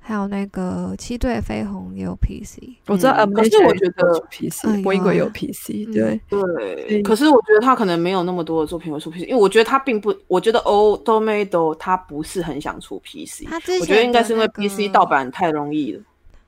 还有那个七对飞鸿也有 PC，我知道嗯 Amazon 可是我觉得有 PC，哎呦波音鬼有啊 PC，嗯对，对，对可是我觉得他可能没有那么多的作品会出 PC，因为我觉得他并不，我觉得 o d o m e d o 他不是很想出 PC，他之前、我觉得应该是因为 PC 盗，版太容易了。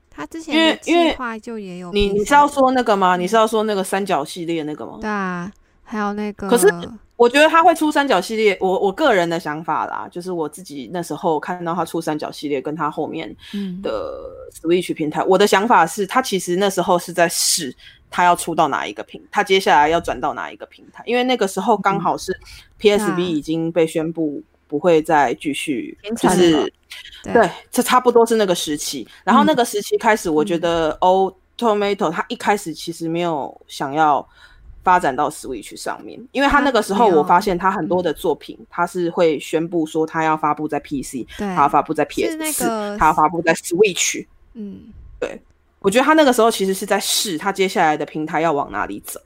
他之因前为的因为计划就也有 PC, 你你是要说那个吗？你是要说那个三角系列那个吗？对啊，还有那个哦可是我觉得他会出三角系列，我我个人的想法啦，就是我自己那时候看到他出三角系列，跟他后面嗯的 Switch 平台，我的想法是，他其实那时候是在试他要出到哪一个平，他接下来要转到哪一个平台，因为那个时候刚好是 PSV 对啊已经被宣布不会再继续，停就产了是对对，这差不多是那个时期。然嗯后那个时期开始，我觉得 O Tomato 它一开始其实没有想要发展到 Switch 上面，因为它它那个时候啊没有嗯我发现它很多的作品，它是会宣布说它要发布在 PC，对它要发布在是那 PS 个4它要发布在 Switch。嗯我觉得他那个时候其实是在试他接下来的平台要往哪里走，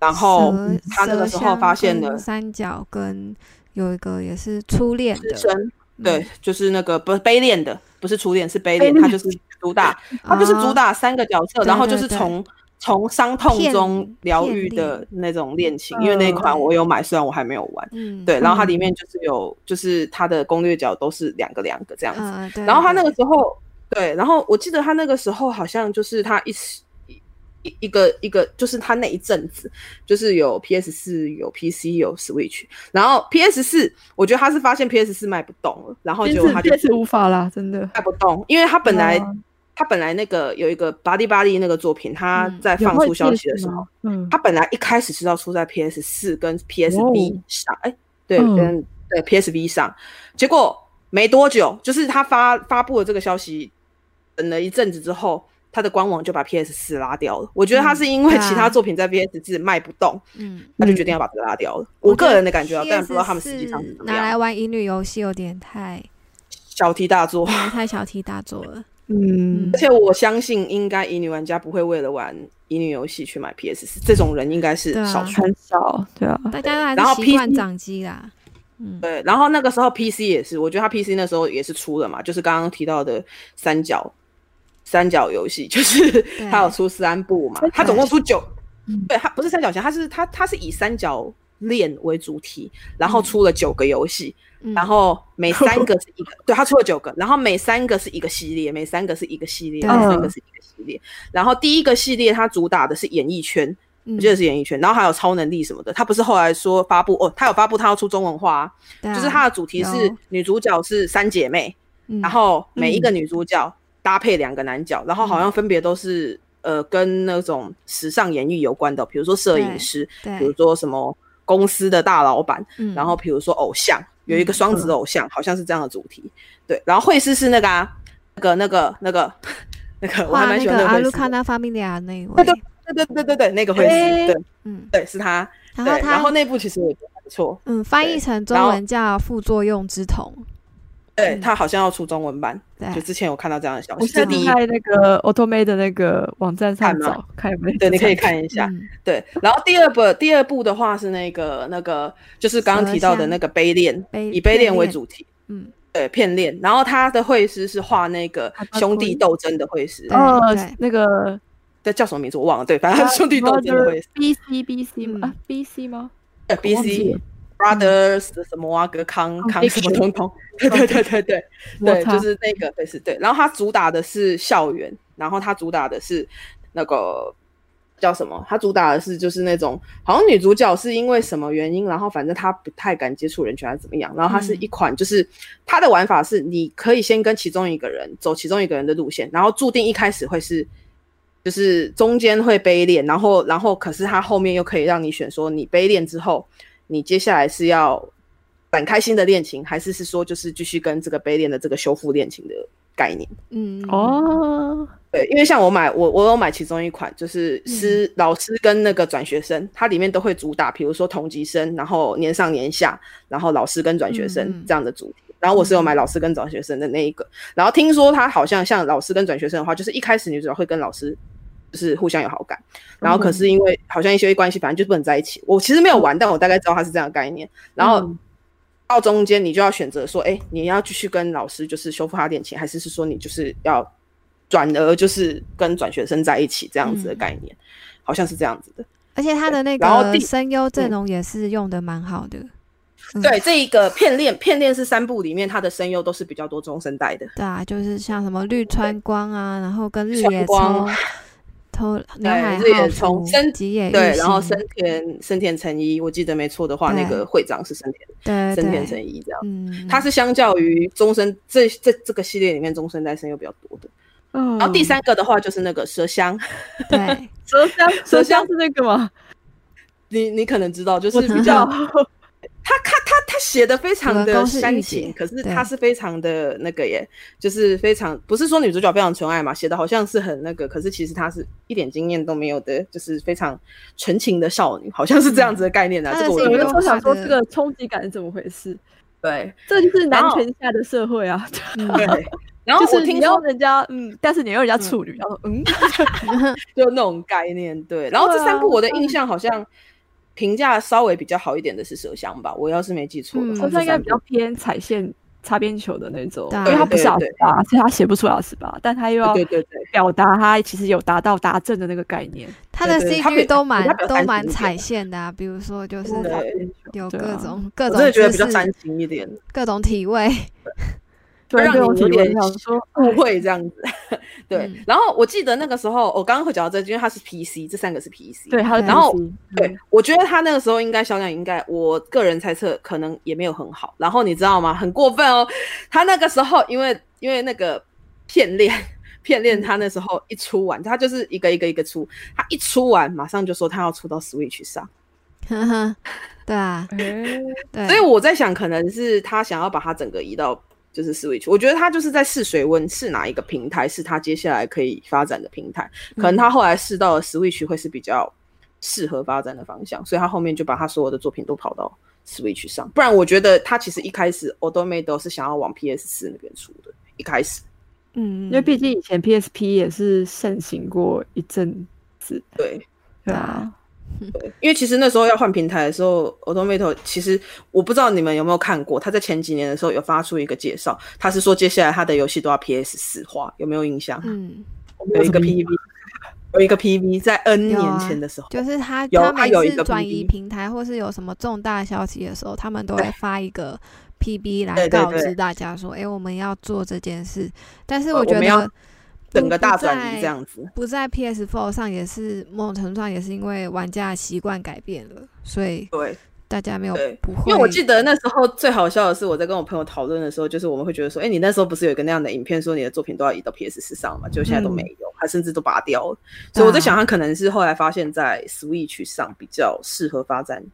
然后蛇他那个时候发蛇现香跟了三角跟有一个也是初恋资的，深，对，就是那个不悲恋的，不是初恋是悲恋，悲恋他就是主打嗯它就是主打三个角色，啊对然后就对是对从从伤痛骗中疗愈骗的那种恋情。嗯因为那一款我有买，虽然我还没有玩。嗯对，然后它里嗯面就是有，就是它的攻略角都是两个两个这样子。嗯对，然后他那对个时候，对，然后我记得他那个时候好像就是他一时一一一个一个，就是他那一阵子，就是有 PS 四、有 PC、有 Switch，然后 PS 四，我觉得他是发现 PS 四卖不动了，然后结果他就 PS 无法啦，真的。卖不动，因为他本来、嗯他本来那个有一个《巴蒂巴蒂》那个作品，他嗯在有放会出消 PS 息的时候，吗，嗯，他本来一开始是要出在 PS 四跟 PSV 哦上，哎、对，嗯跟对 PSV 上，结果没多久，就是他发发布了这个消息，等了一阵子之后。他的官网就把 PS 四拉掉了，我觉得他嗯是因为对啊其他作品在 PS 四卖不动，嗯，他就决嗯定要把这个拉掉了。我个人的感觉啊，但不知道他们实际 PS4 上是怎么拿样。来玩乙女游戏有点太小题大做，有点太小题大做了。嗯而且我相信，应该乙女玩家不会为了玩乙女游戏去买 PS 四，这种人应该是对啊少数。很少，对啊，大家然后还是习惯 PC 掌机啦。嗯，对，然后那个时候 PC 也是，我觉得他 PC 那时候也是出了嘛，就是刚刚提到的三角三角游戏，就是 他有出三部嘛，他总共出九嗯，对他不是三角形，他是他他是以三角恋为主题，然后出了九个游戏，嗯然后每三个是一个，对，他出了九个，然后每三个是一个系列，每三个是一个系列，对每三个是一个系列。然后第一个系列它主打的是演艺圈，嗯我记得是演艺圈，然后还有超能力什么的。他不是后来说发布哦，他有发布他要出中文化啊，对啊就是它的主题是有女主角是三姐妹，嗯然后每一个女主角搭配两个男角，然后好像分别都是呃跟那种时尚演艺有关的，比如说摄影师，比如对，说什么公司的大老板。嗯然后比如说偶像，有一个双子偶像，好像是这样的主题。对，然后会师是那个啊，那个那个那个 那个，我还画蛮那喜欢个那阿个鲁会卡师的。纳 Familia 啊那一位对，对对对对对对，那个会师，哎对嗯，对是他。然后对，然后他那部其实我觉得还不错，嗯翻对译成然中后文叫副作用之瞳，对嗯他好像要出中文版，对就之前有看到这样的消我息，这现是第在一。在那个 Automate 的那个网站上看吗找，看有没有。对，你可以看一下。嗯对，然后第二部第二部的话是那个那个，就是刚刚提到的那个悲恋，悲以悲恋为恋主题，嗯，对，片恋。然后他的会师是画那个啊巴兄弟坤斗争的会师，对哦对，那个这叫什么名字我忘了，啊对，反正兄弟斗争的会 B C B C 嗯吗？啊，B C 吗？对 B 忘记 C 了 Brothers 什么啊，跟康哦康，Big 什么 Show 通通，对对对对对摩对，擦就是那个对是对。然后它主打的是校园，然后它主打的是那个叫什么？它主打的是就是那种好像女主角是因为什么原因，然后反正她不太敢接触人群还是怎么样。然后它是嗯一款就是它的玩法是你可以先跟其中一个人走其中一个人的路线，然后注定一开始会是。就是中间会悲恋，然后然后可是它后面又可以让你选，说你悲恋之后，你接下来是要展开新的恋情，还是是说就是继续跟这个悲恋的这个修复恋情的概念？嗯，哦，对，因为像我买我我有买其中一款，就是嗯师、老师跟那个转学生，它里面都会主打，比如说同级生，然后年上年下，然后老师跟转学嗯嗯嗯生这样的主题。然后我是有买老师跟转学生的那一个，然后听说他好像像老师跟转学生的话，就是一开始女主角会跟老师就是互相有好感，然哦后可是因为好像一些关系，反正就不能在一起。我其实没有玩，但我大概知道它是这样的概念。然后嗯到中间你就要选择说，哎、你要继续跟老师就是修复他恋情，还是是说你就是要转而就是跟转学生在一起这样子的概念，好像是这样子的。而且他的那然后个第嗯声优阵容也是用的蛮好的。嗯对，这一个片恋片恋是三部里面，它的声优都是比较多中生代的。对啊，就是像什么绿川光啊，然后跟日川野光聪、偷对牛海日野浩聪夫森吉野对裕，然后幸森田森田诚一，我记得没错的话，对那个会长是森田对森田对，诚一这样。嗯，他是相较于中生这这这个系列里面中生代声优比较多的。嗯，然后第三个的话就是那个蛇香，对蛇香，蛇蛇香香是那个吗？你你可能知道，就是我知比较道，他他他他写的非常主人的公是御煽姐情，可是对他是非常的那个耶，就是非常不是说女主角非常纯爱嘛，写的好像是很那个，可是其实她是一点经验都没有的，就是非常纯情的少女，好像是这样子的概念啊。她的这个我声觉我优们得都想说画这得个冲击感是怎么回事？对这就是然男后权下的社会啊， 嗯对。然后就我是你听要说人家嗯，但是你要人家处女，然后嗯，就那种概念，对。然后这三部我的印象好像评价稍微比较好一点的是蛇香吧，我要是没记错的嗯话，好这像应该三比部较偏踩线擦边球的那种，对因为他不是对二对十八，所以他写不出二十八，但他又要对对对对表达他其实有达到达阵的那个概念，他的对对他比 CG 都蛮他比较都煽蛮情一点踩线的啊，比如说就是对擦边球有对各啊种各我种真的觉得姿比较势煽情一点，各种体位，对，让对你我有体点验到说误会这样子。 对嗯，然后我记得那个时候，我刚刚会讲到这，因为它是 PC，这三个是 PC。对，他的然后 PC 对，我觉得他那个时候应该销量应该，我个人猜测可能也没有很好。然后你知道吗？很过分哦，他那个时候因为因为那个骗恋。骗恋他那时候一出完，他就是一个一个一个出，他一出完马上就说他要出到 Switch 上，呵呵，嗯 对啊，哎对，所以我在想，可能是他想要把它整个移到就是 Switch，我觉得他就是在试水温，试哪一个平台是他接下来可以发展的平台，可能他后来试到了 Switch 会是比较适合发展的方向，所以他后面就把他所有的作品都跑到 Switch 上，不然我觉得他其实一开始 o d o m a d o 是想要往 PS 四那边出的，一开始嗯，因为毕竟以前 PSP 也是盛行过一阵子，对。对啊，因为其实那时候要换平台的时候 o d o m a t o 其实我不知道你们有没有看过，他在前几年的时候有发出一个介绍，他是说接下来他的游戏都要 PS 四化，有没有印象？嗯，有一个 PV，有 一个 PV 在 N 年前的时候，就是他啊有他他每有一次个转 PB 移平台或是有什么重大消息的时候，他们都会对发一个 PB 来对对告对知大家说，哎、我们要做这件事。但是呃我觉们得要不整个大转不在移这样子。不在 PS4 上也是某种程度上也是因为玩家的习惯改变了，所以对，大家没有对不会，因为我记得那时候最好笑的是，我在跟我朋友讨论的时候，就是我们会觉得说，哎、你那时候不是有一个那样的影片，说你的作品都要移到 PS 四上嘛？就现在都没有，他、甚至都拔掉了。所以我在想，他可能是后来发现，在 Switch 上比较适合发展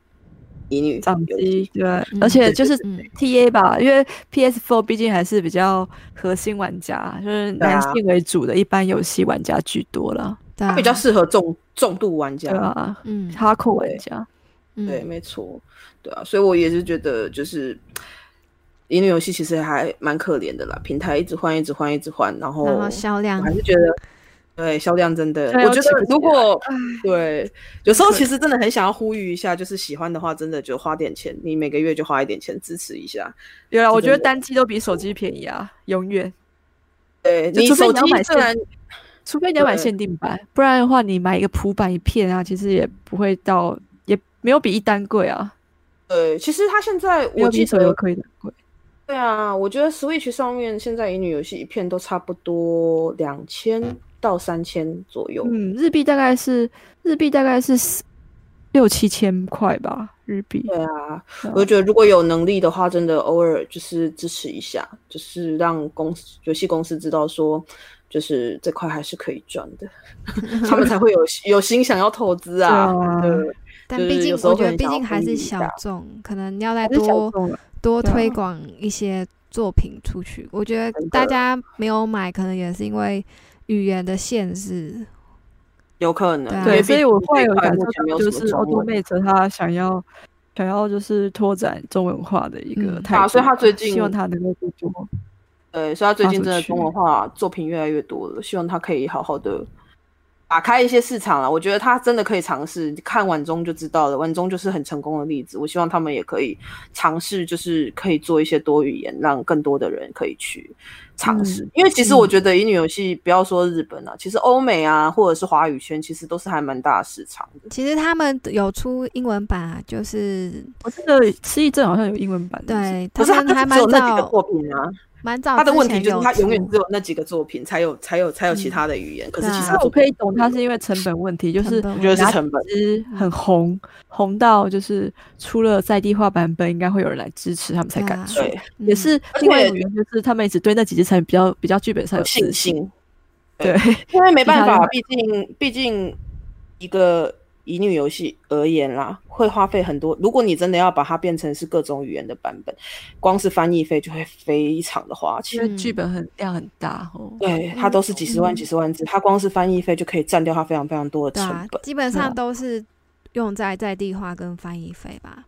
乙女掌游机戏。对，而且就是嗯 TA 吧，因为 PS4 毕竟还是比较核心玩家，就是对啊男性为主的一般游戏玩家居多了，对它啊比较适合重重度玩家，对啊，嗯哈扣玩家，嗯对，没错，对啊，所以我也是觉得，就是乙女游戏其实还蛮可怜的啦，平台一直换，一直换，一直换，然后然后销量我还是觉得，对销量真的，对我觉起不得起如来果对，有时候对其实真的很想要呼吁一下，就是喜欢的话，真的就花点钱，你每个月就花一点钱支持一下。对啊，我觉得真的单机都比手机便宜啊，永远，对就你除非手你机要买虽然除非你要买对限定版，不然的话你买一个普版一片啊，其实也不会到，也没有比一单贵啊，对，其实它现在没有我比记手游得，可以的贵。对啊，我觉得 Switch 上面现在乙女游戏一片都差不多两千到三千左右。嗯，日币大概是日币大概是四六七千块吧，日币。对啊，对啊我就觉得如果有能力的话，真的偶尔就是支持一下，就是让公司游戏公司知道说，就是这块还是可以赚 的，他们才会有有心想要投资啊。对啊对但就是毕竟有时候我觉会得很毕想要竟还呼吁是一小下众，可能要再还是小多众啊多对啊推广一些作品出去。我觉得真的大家没有买，可能也是因为语言的限制。有可能。因对对，为啊毕所以竟我这后来一有块感目受前没到，有就什是么中 Auto 文 Mate 他想要想要就是拓展中文化的一个嗯态度吧、啊所以他最近希望他能够更多。对，所以他最发近出真的去中文化作品越来越多了，希望他可以好好的打开一些市场了。我觉得他真的可以尝试，看晚钟就知道了。晚钟就是很成功的例子。我希望他们也可以尝试，就是可以做一些多语言，让更多的人可以去嗯尝试。因为其实我觉得乙女游戏，不要说日本啊，其实欧美啊，或者是华语圈，其实都是还蛮大的市场的。其实他们有出英文版啊，就是我记得失忆症好像有英文版的，对可他是他们还就只有蛮那几个早作品啊，蛮早他的之问题前就是有他永远出嗯只有那几个作品，才有才有才有其他的语言。可是其对实啊那我可以懂它是因为成本问题，就成是本我觉得是拿成本。只很红，红到就是出了在地化版本，应该会有人来支持他们才对啊敢出。对，也嗯是而另外一且种原因，就是他们一直对那几只产品比较比较剧本上有有信自信。心，对，因为没办其他法的，毕竟毕竟一个乙女游戏而言啦，会花费很多。如果你真的要把它变成是各种语言的版本，光是翻译费就会非常的花钱。因为剧本很量很大哦。对，它都是几十万、嗯几十万字，它光是翻译费就可以占掉它非常非常多的对成啊本，。基本对啊上都是用在在地化跟翻译费吧。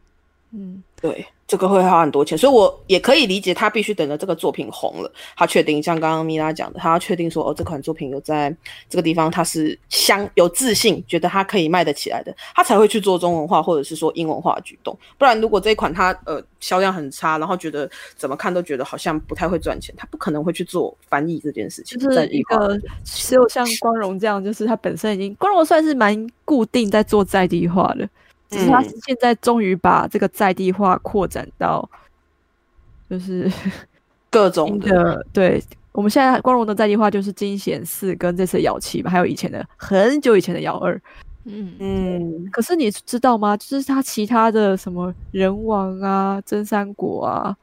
嗯，对，这个会花很多钱，所以我也可以理解他必须等着这个作品红了，他确定像刚刚米拉讲的，他要确定说哦，这款作品有在这个地方他是相有自信，觉得他可以卖得起来的，他才会去做中文化或者是说英文化的举动。不然如果这一款他呃销量很差，然后觉得怎么看都觉得好像不太会赚钱，他不可能会去做翻译这件事情。就是在一化个只有像光荣这样，就是他本身已经光荣算是蛮固定在做在地化的，只是他嗯现在终于把这个在地化扩展到就是 各种新的的对。我们现在光荣的在地化就是惊险四跟这次的咬七吧，还有以前的很久以前的咬二。嗯，嗯可是你知道吗？就是他其他的什么人王啊、真三国啊、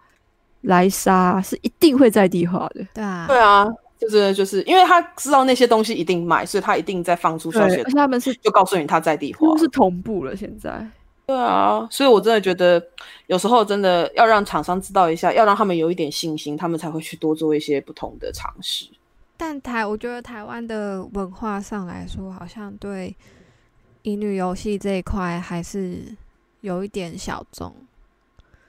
莱莎啊是一定会在地化的。对啊，对啊，就是就是因为他知道那些东西一定卖，所以他一定在放出消息对，的而且他们是就告诉你他在地几化乎。是同步了。现在对啊，所以我真的觉得有时候真的要让厂商知道一下，要让他们有一点信心，他们才会去多做一些不同的尝试。但台我觉得台湾的文化上来说，好像对乙女游戏这一块还是有一点小众。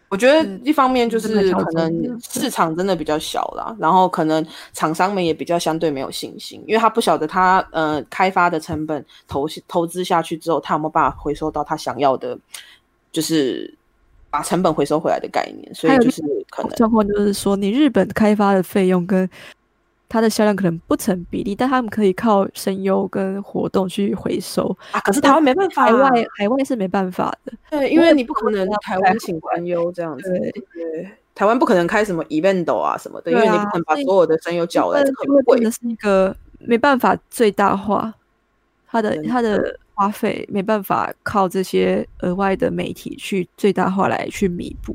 我觉得嗯一方面就是真的小众可能市场真的比较小啦，然后可能厂商们也比较相对没有信心，因为他不晓得他呃开发的成本投投资下去之后，他有没有办法回收到他想要的，就是把成本回收回来的概念，所以还有就是可能状况就是说，你日本开发的费用跟它的销量可能不成比例，但他们可以靠声优跟活动去回收。啊，可是台湾没办法啊，海外海外是没办法的，对，因我为也你不不可知能道台台湾湾请担忧这样子，对对，台湾不可能开什么 event 啊什么的，因为对你不啊可能把所以所有的声优叫来，那这就很会贵变。得是一个没办法最大化，它的真的它的花费没办法靠这些额外的媒体去最大化来去弥补，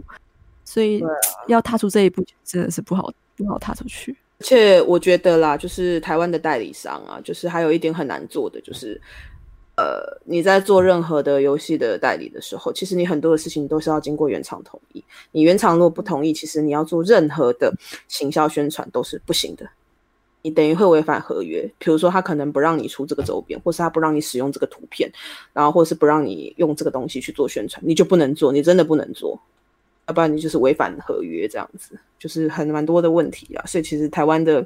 所以对啊要踏出这一步真的是不好不好踏出去。而且我觉得啦，就是台湾的代理商啊，就是还有一点很难做的，就是呃，你在做任何的游戏的代理的时候，其实你很多的事情都是要经过原厂同意。你原厂如果不同意，其实你要做任何的行销宣传都是不行的。你等于会违反合约，比如说他可能不让你出这个周边，或是他不让你使用这个图片，然后或是不让你用这个东西去做宣传，你就不能做，你真的不能做，要不然你就是违反合约这样子，就是很蛮多的问题啊。所以其实台湾的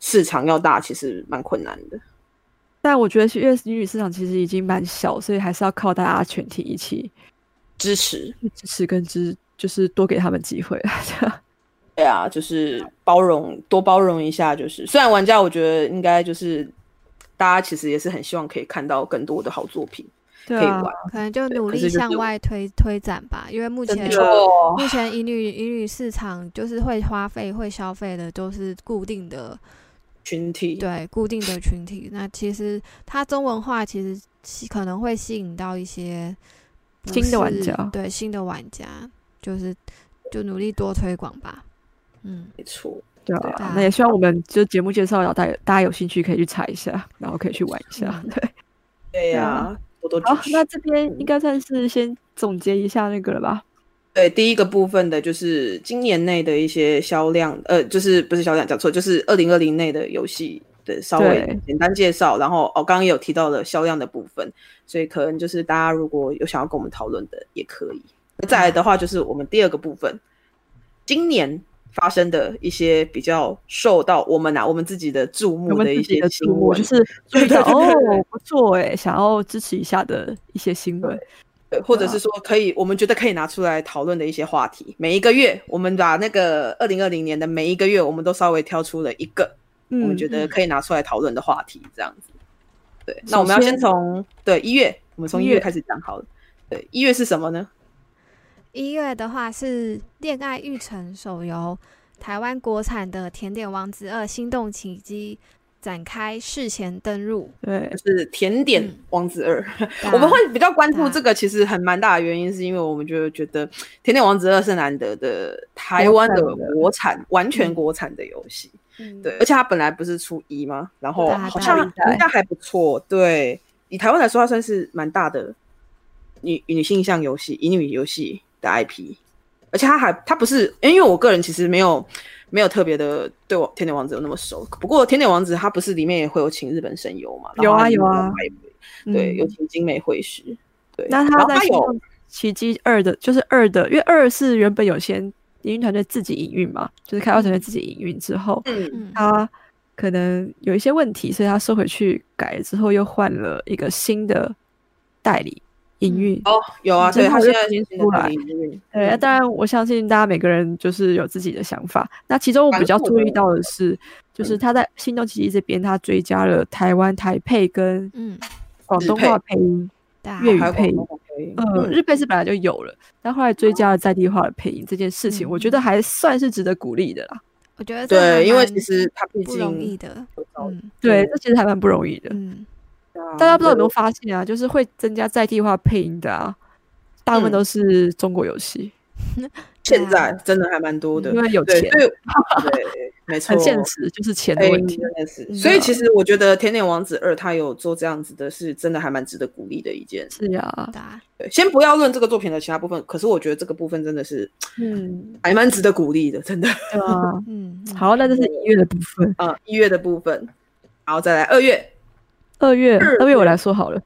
市场要大，其实蛮困难的。但我觉得因为女女市场其实已经蛮小，所以还是要靠大家全体一起支持，去支持跟支，就是多给他们机会。啊对啊，就是包容，多包容一下。就是虽然玩家，我觉得应该就是大家其实也是很希望可以看到更多的好作品 对可以啊玩，，可能就对努可是力就是向我外推推展吧，因为目真前的哦目前乙女乙女市场就是会花费会消费的都是固定的群体。对固定的群体。那其实它中文化其实吸可能会吸引到一些不新的玩是家对新的玩家，就是就努力多推广吧。嗯，没错，对对啊啊，那也希望我们就节目介绍，然后大家大家有兴趣可以去查一下，然后可以去玩一下。嗯对。对呀、啊多多支好，持。那这边应该算是先总结一下那个了吧？对，第一个部分的就是今年内的一些销量，呃，就是不是销量讲错，就是二零二零内的游戏的稍微对简单介绍。然后哦，刚刚也有提到了销量的部分，所以可能就是大家如果有想要跟我们讨论的也可以。再来的话就是我们第二个部分，今年发生的一些比较受到我们啊我们自己的注我目们的一自己些的新注目，闻就，是就对是 对对对哦，不错哎，想要支持一下的一些新闻。对或者对啊是说可以我们觉得可以拿出来讨论的一些话题。每一个月，我们把那个二零二零年的每一个月，我们都稍微挑出了一个我们嗯，觉得可以拿出来讨论的话题，这样子。对，首那我们要先先从对一月，我们从一一月月开始讲好了。对，一月是什么呢？一月的话是《恋爱育成》手游，台湾国产的《甜点王子二：心动奇迹》展开事前登录。对就是甜点嗯王子二。对啊 我们嗯会比较关注对啊这个，其实很蛮大的原因，是因为我们就觉得《甜点王子二》是难得的台湾的国产的国产完全嗯国产的游戏。嗯对，而且它本来不是初一吗？然后对啊好对啊像一代评价还不错，对，以台湾来说，它算是蛮大的女女性向游戏、乙女游戏的 IP，而且它还它不是，因为我个人其实没有没有特别的对我《甜点王子》有那么熟，不过《甜点王子》它不是里面也会有请日本声优嘛？然有后啊它里有面啊有对，有嗯请精美惠师，对，那然他后在《它心有动奇迹二》的，就是二的，因为二是原本有先营运团队自己营运嘛，就是开发团队自己营运之后，嗯嗯他可能有一些问题，所以他收回去改了之后，又换了一个新的代理营嗯运。哦有啊，这对，它套现就在重新新的出代来理营运对，那当然，我相信大家每个人就是有自己的想法。那其中我比较蛮酷注的嗯意到的是，就是他在《心动奇迹》这边，他追加了台湾台配跟嗯，广东日配话配音。对啊粤语还有配广音东配音呃，嗯日配是本来就有了，但后来追加了在地化的配音这件事情，我觉嗯得还算是值得鼓励的啦。我觉得这还对，因为蛮其实它毕不容易竟的，有招嗯对，这其实还蛮不容易的。嗯，大家不知道有没有有发现啊，就是会增加在地化配音的啊，大部分嗯都是中国游戏，现对啊在真的还蛮多的因，为有对，钱所， 以对，没错，很现实，就是钱的哎问题。啊真的是，嗯所以其实我觉得《甜点王子二》它有做这样子的，是真的还蛮值得鼓励的一件事。是呀，对啊，对，先不要论这个作品的其他部分，可是我觉得这个部分真的是嗯，还蛮值得鼓励的，真的。对啊。嗯，嗯好，那这是一月的部分。啊，一月的部分，然后再来二月，二月二，二月我来说好了。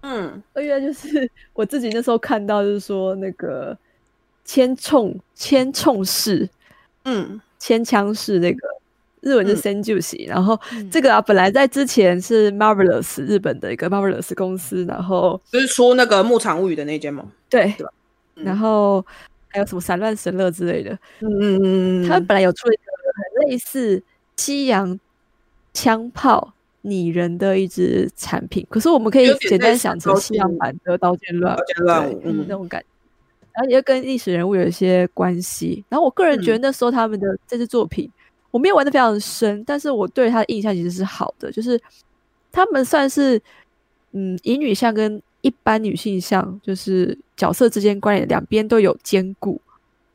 嗯，二月就是 我自己那时候看到，就是说那个千冲千冲式嗯，千枪式那个日文是嗯 Senjushi，、然后嗯这个啊本来在之前是 Marvelous 日本的一个 Marvelous 公司，然后就是出那个《牧场物语》的那间吗？对，对吧嗯然后还有什么散乱神乐之类的，嗯嗯嗯嗯他们本来有出了一个很类似西洋枪炮拟人的一支产品，可是我们可以有点简类单似想成刀西洋剑版的刀剑乱刀剑乱对舞，嗯那种感觉。然后也跟历史人物有一些关系。然后我个人觉得那时候他们的这支作品，我没有玩的非常深，但是我对他的印象其实是好的，就是他们算是嗯，以女向跟一般女性向，就是角色之间关联两边都有兼顾。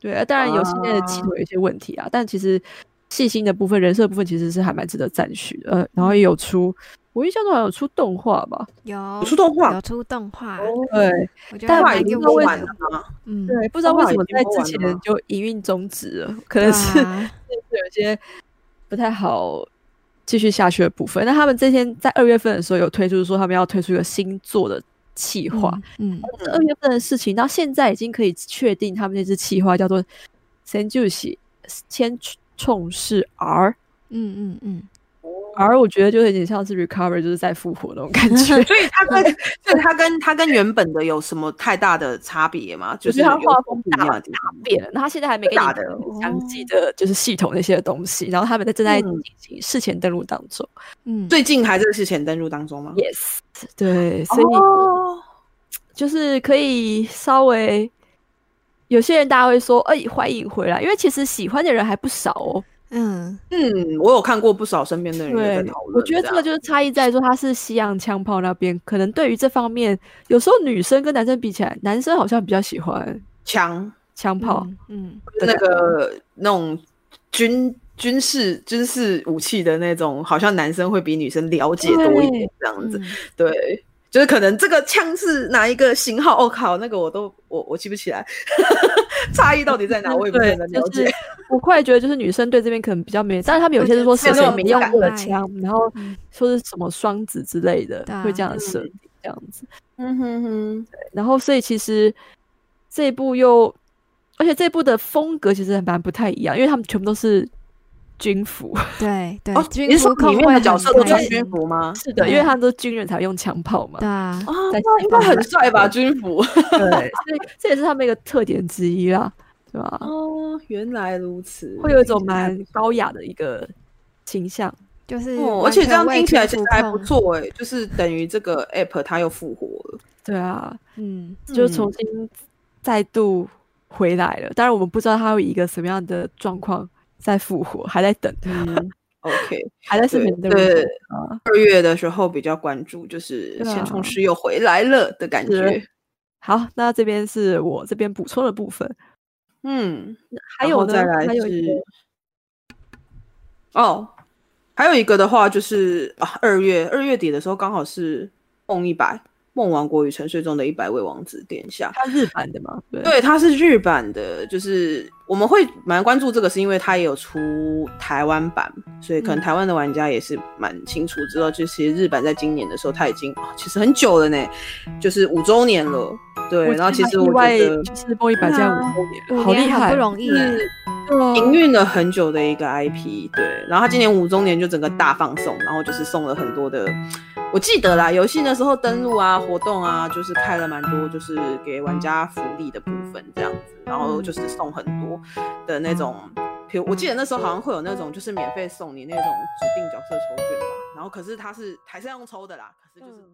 对，呃当然有现在的系统有一些问题啊，但其实细心的部分、人设的部分其实是还蛮值得赞许的。呃，然后也有出，我印象中好像有出动画吧？有有出动画哦有，出动画，对，我觉得但还动画蛮已经用不知道播为力完什了的，吗？嗯，对，不知道动画为什已么经在播之完了吗前就营运终止了，可对能是啊有些不太好继续下去的部分。那他们这天在二月份的时候有推出说他们要推出一个新作的企划，嗯，嗯这二月份的事情到现在已经可以确定，他们那支企划叫做 Senjushi 千冲是 R。嗯嗯嗯， R 我觉得就有点像是 recover，就是在复活那种感觉。 所以它跟，所以它跟它跟原本的有什么太大的差别吗？就我觉是得它有画不风一大样的地方吗变了，那他现在还没给你大的详细的就是系统那些东西，然后他们在正在进嗯行事前登录当中。嗯，最近还在事前登录当中吗？ Yes，对，所以哦就是可以稍微，有些人大家会说，哎、欢迎回来，因为其实喜欢的人还不少哦。嗯，嗯，我有看过不少身边的人有在对讨，论，我觉得这个就是差异在说，他是西洋枪炮那边，可能对于这方面，有时候女生跟男生比起来，男生好像比较喜欢强枪炮，嗯，对那个那种军军事军事武器的那种，好像男生会比女生了解多一点这样子。嗯，对，就是可能这个枪是哪一个型号，我、哦靠，那个我都我我记不起来， 差异到底在哪，我也不是对，很了就解是。我后来觉得，就是女生对这边可能比较没，但是他们有些是说我觉是得谁没没有用那么过的敏感枪，然后嗯说是什么双子之类的对，啊会这样的设定，这样子。嗯哼哼，然后所以其实这一部又，而且这部的风格其实蛮不太一样，因为他们全部都是军服。对对，哦，哎军你是服说控里会面的很角色都开穿心军服吗？是的，因为他们都是军人才会用枪炮嘛对。啊，啊，在那应该很帅吧？军服。对，所以这也是他们一个特点之一啦，对吧？哦，原来如此，会有一种蛮高雅的一个倾向。就是哦，完而且全这样为听起来其军实服还不控，错哎，就是等于这个 app 它又复活了。对啊，嗯，就重新再度回来了。当然，我们不知道他会以一个什么样的状况再复活，还在等，嗯，OK，还在视对频的对 report 啊。二月的时候比较关注，就是对啊前冲师又回来了的感是觉。好，那这边是我这边补充的部分，嗯，还然有后呢再来，还有一个是哦，还有一个的话就是啊，二月二月底的时候刚好是梦一百梦王国与沉睡中的一百位王子殿下，它日版的嘛，对对，它是日版的，就是我们会蛮关注这个，是因为它也有出台湾版，所以可能台湾的玩家也是蛮清楚知道，就其实日版在今年的时候，它已经、啊其实很久了呢，就是五周年了。对，然后其实我意外觉得就是梦一百啊加五周五年，好年厉很害，哦不容易耶，是易营运了很久的一个 IP，对，然后它今年五周年就整个大放送，然后就是送了很多的，我记得啦，游戏那时候登录啊、活动啊，就是开了蛮多，就是给玩家福利的部分这样子，然后就是送很多的那种，比如我记得那时候好像会有那种就是免费送你那种指定角色抽卷吧，然后可是它是还是要用抽的啦，可是就是。嗯